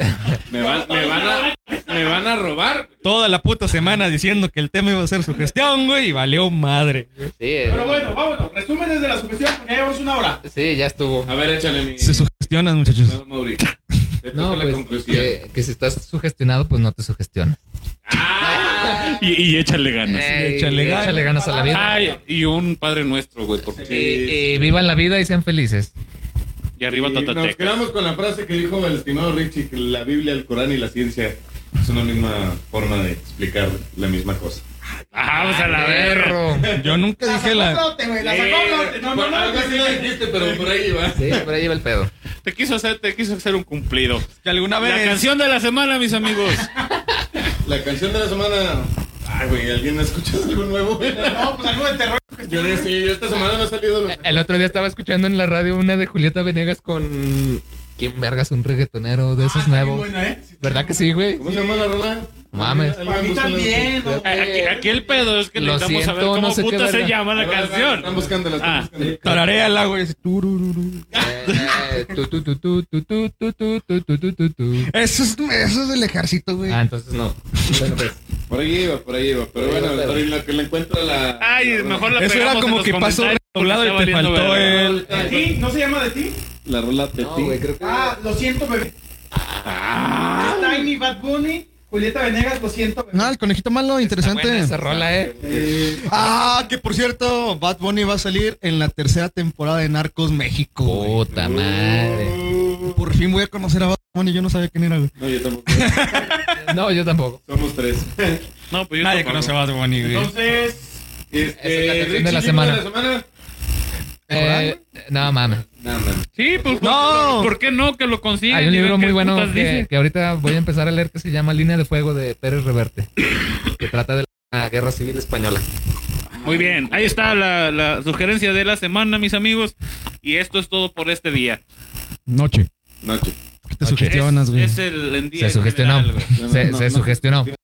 me, van- me, van a, me van a robar. Toda la puta semana diciendo que el tema iba a ser sugestión, güey, y valió madre. Sí, eh, Pero bueno, vámonos. Resúmenes de la sugestión, porque ya llevamos una hora. sí, ya estuvo. A ver, échale mi... Se sugestionan, muchachos. No, Mauri. Te No, toca la pues, conclusión. que, que si estás sugestionado, pues no te sugestionas. Ah. y, y échale ganas. Ey, échale ganas. échale ganas a la vida. Ay, y un padre nuestro, güey. Porque... Y, y vivan la vida y sean felices. Y arriba Y nos Tatateca. quedamos con la frase que dijo el estimado Richie, que la Biblia, el Corán y la ciencia es una misma forma de explicar la misma cosa. Ah, vamos a la verga. Perro. Yo nunca dije la. Flote, güey, la sacó Eh, flote. No, no, bueno, no, algo así lo dijiste, pero por ahí va. Sí, por ahí va el pedo. Te quiso hacer, te quiso hacer un cumplido. Que alguna La vez. canción de la semana, mis amigos. La canción de la semana. Ay, güey, ¿alguien ha escuchado algo nuevo? No, pues algo de terror. Yo no sé, yo esta semana no he salido. lo- El otro día estaba escuchando en la radio una de Julieta Venegas con. ¿Quién vergas? Un reggaetonero de esos Muy nuevos. buena, ¿eh? ¿Verdad que sí, güey? ¿Cómo se llama la rola? Mames. ¿Alguien- Para alguien mí busca la- también, ¿no? Aquí, aquí el pedo es que Lo necesitamos saber siento, cómo no sé qué puta se verga. llama la Ahí va, ahí va, canción. Están buscándola, Ah. están buscándola. Tarareala, güey. ese turururu. Eh, tu, tu, tu, tu, tu, tu, tu, tu, tu, tu, tu, tu, tu. Eso es, eso es del ejército, güey. Ah, entonces no. Bueno, pues, Por ahí va, por ahí va. Pero bueno, ahora en lo que la encuentra la. la Ay, rola- mejor la Eso era pegamos en como los que pasó comentarios porque doblado y está te valiendo faltó verga. el- ¿De ti? ¿No se llama de ti? La rola de no, ti. güey, creo que. Ah, lo siento, bebé. Es Tiny Bad Bunny, Julieta Venegas, lo siento, bebé. No, el conejito malo, Buena interesante. esa rola, eh. Ah, que por cierto, Bad Bunny va a salir en la tercera temporada de Narcos México. güey. Puta madre. Por fin voy a conocer a Bad Bunny, yo no sabía quién era, güey. No, yo tampoco. No, yo tampoco. Somos tres. No, pues yo Nadie tampoco. conoce a Bad Bunny, güey. Entonces, Este, Esa es la canción de la Richie, semana. ¿libro de la semana? Eh, no mames. No, man. Sí, pues No. ¿por qué no que lo consigan? Hay un Digan libro qué muy bueno putas que, dicen. que ahorita voy a empezar a leer que se llama Línea de Fuego de Pérez Reverte, que trata de la Guerra Civil Española. Muy bien, ahí está la, la sugerencia de la semana, mis amigos. Y esto es todo por este día. Noche. Noche. ¿Qué Noche. te Es, sugestionas, güey? es el, el día Se en sugestionó. general, güey. Se, se sugestionó.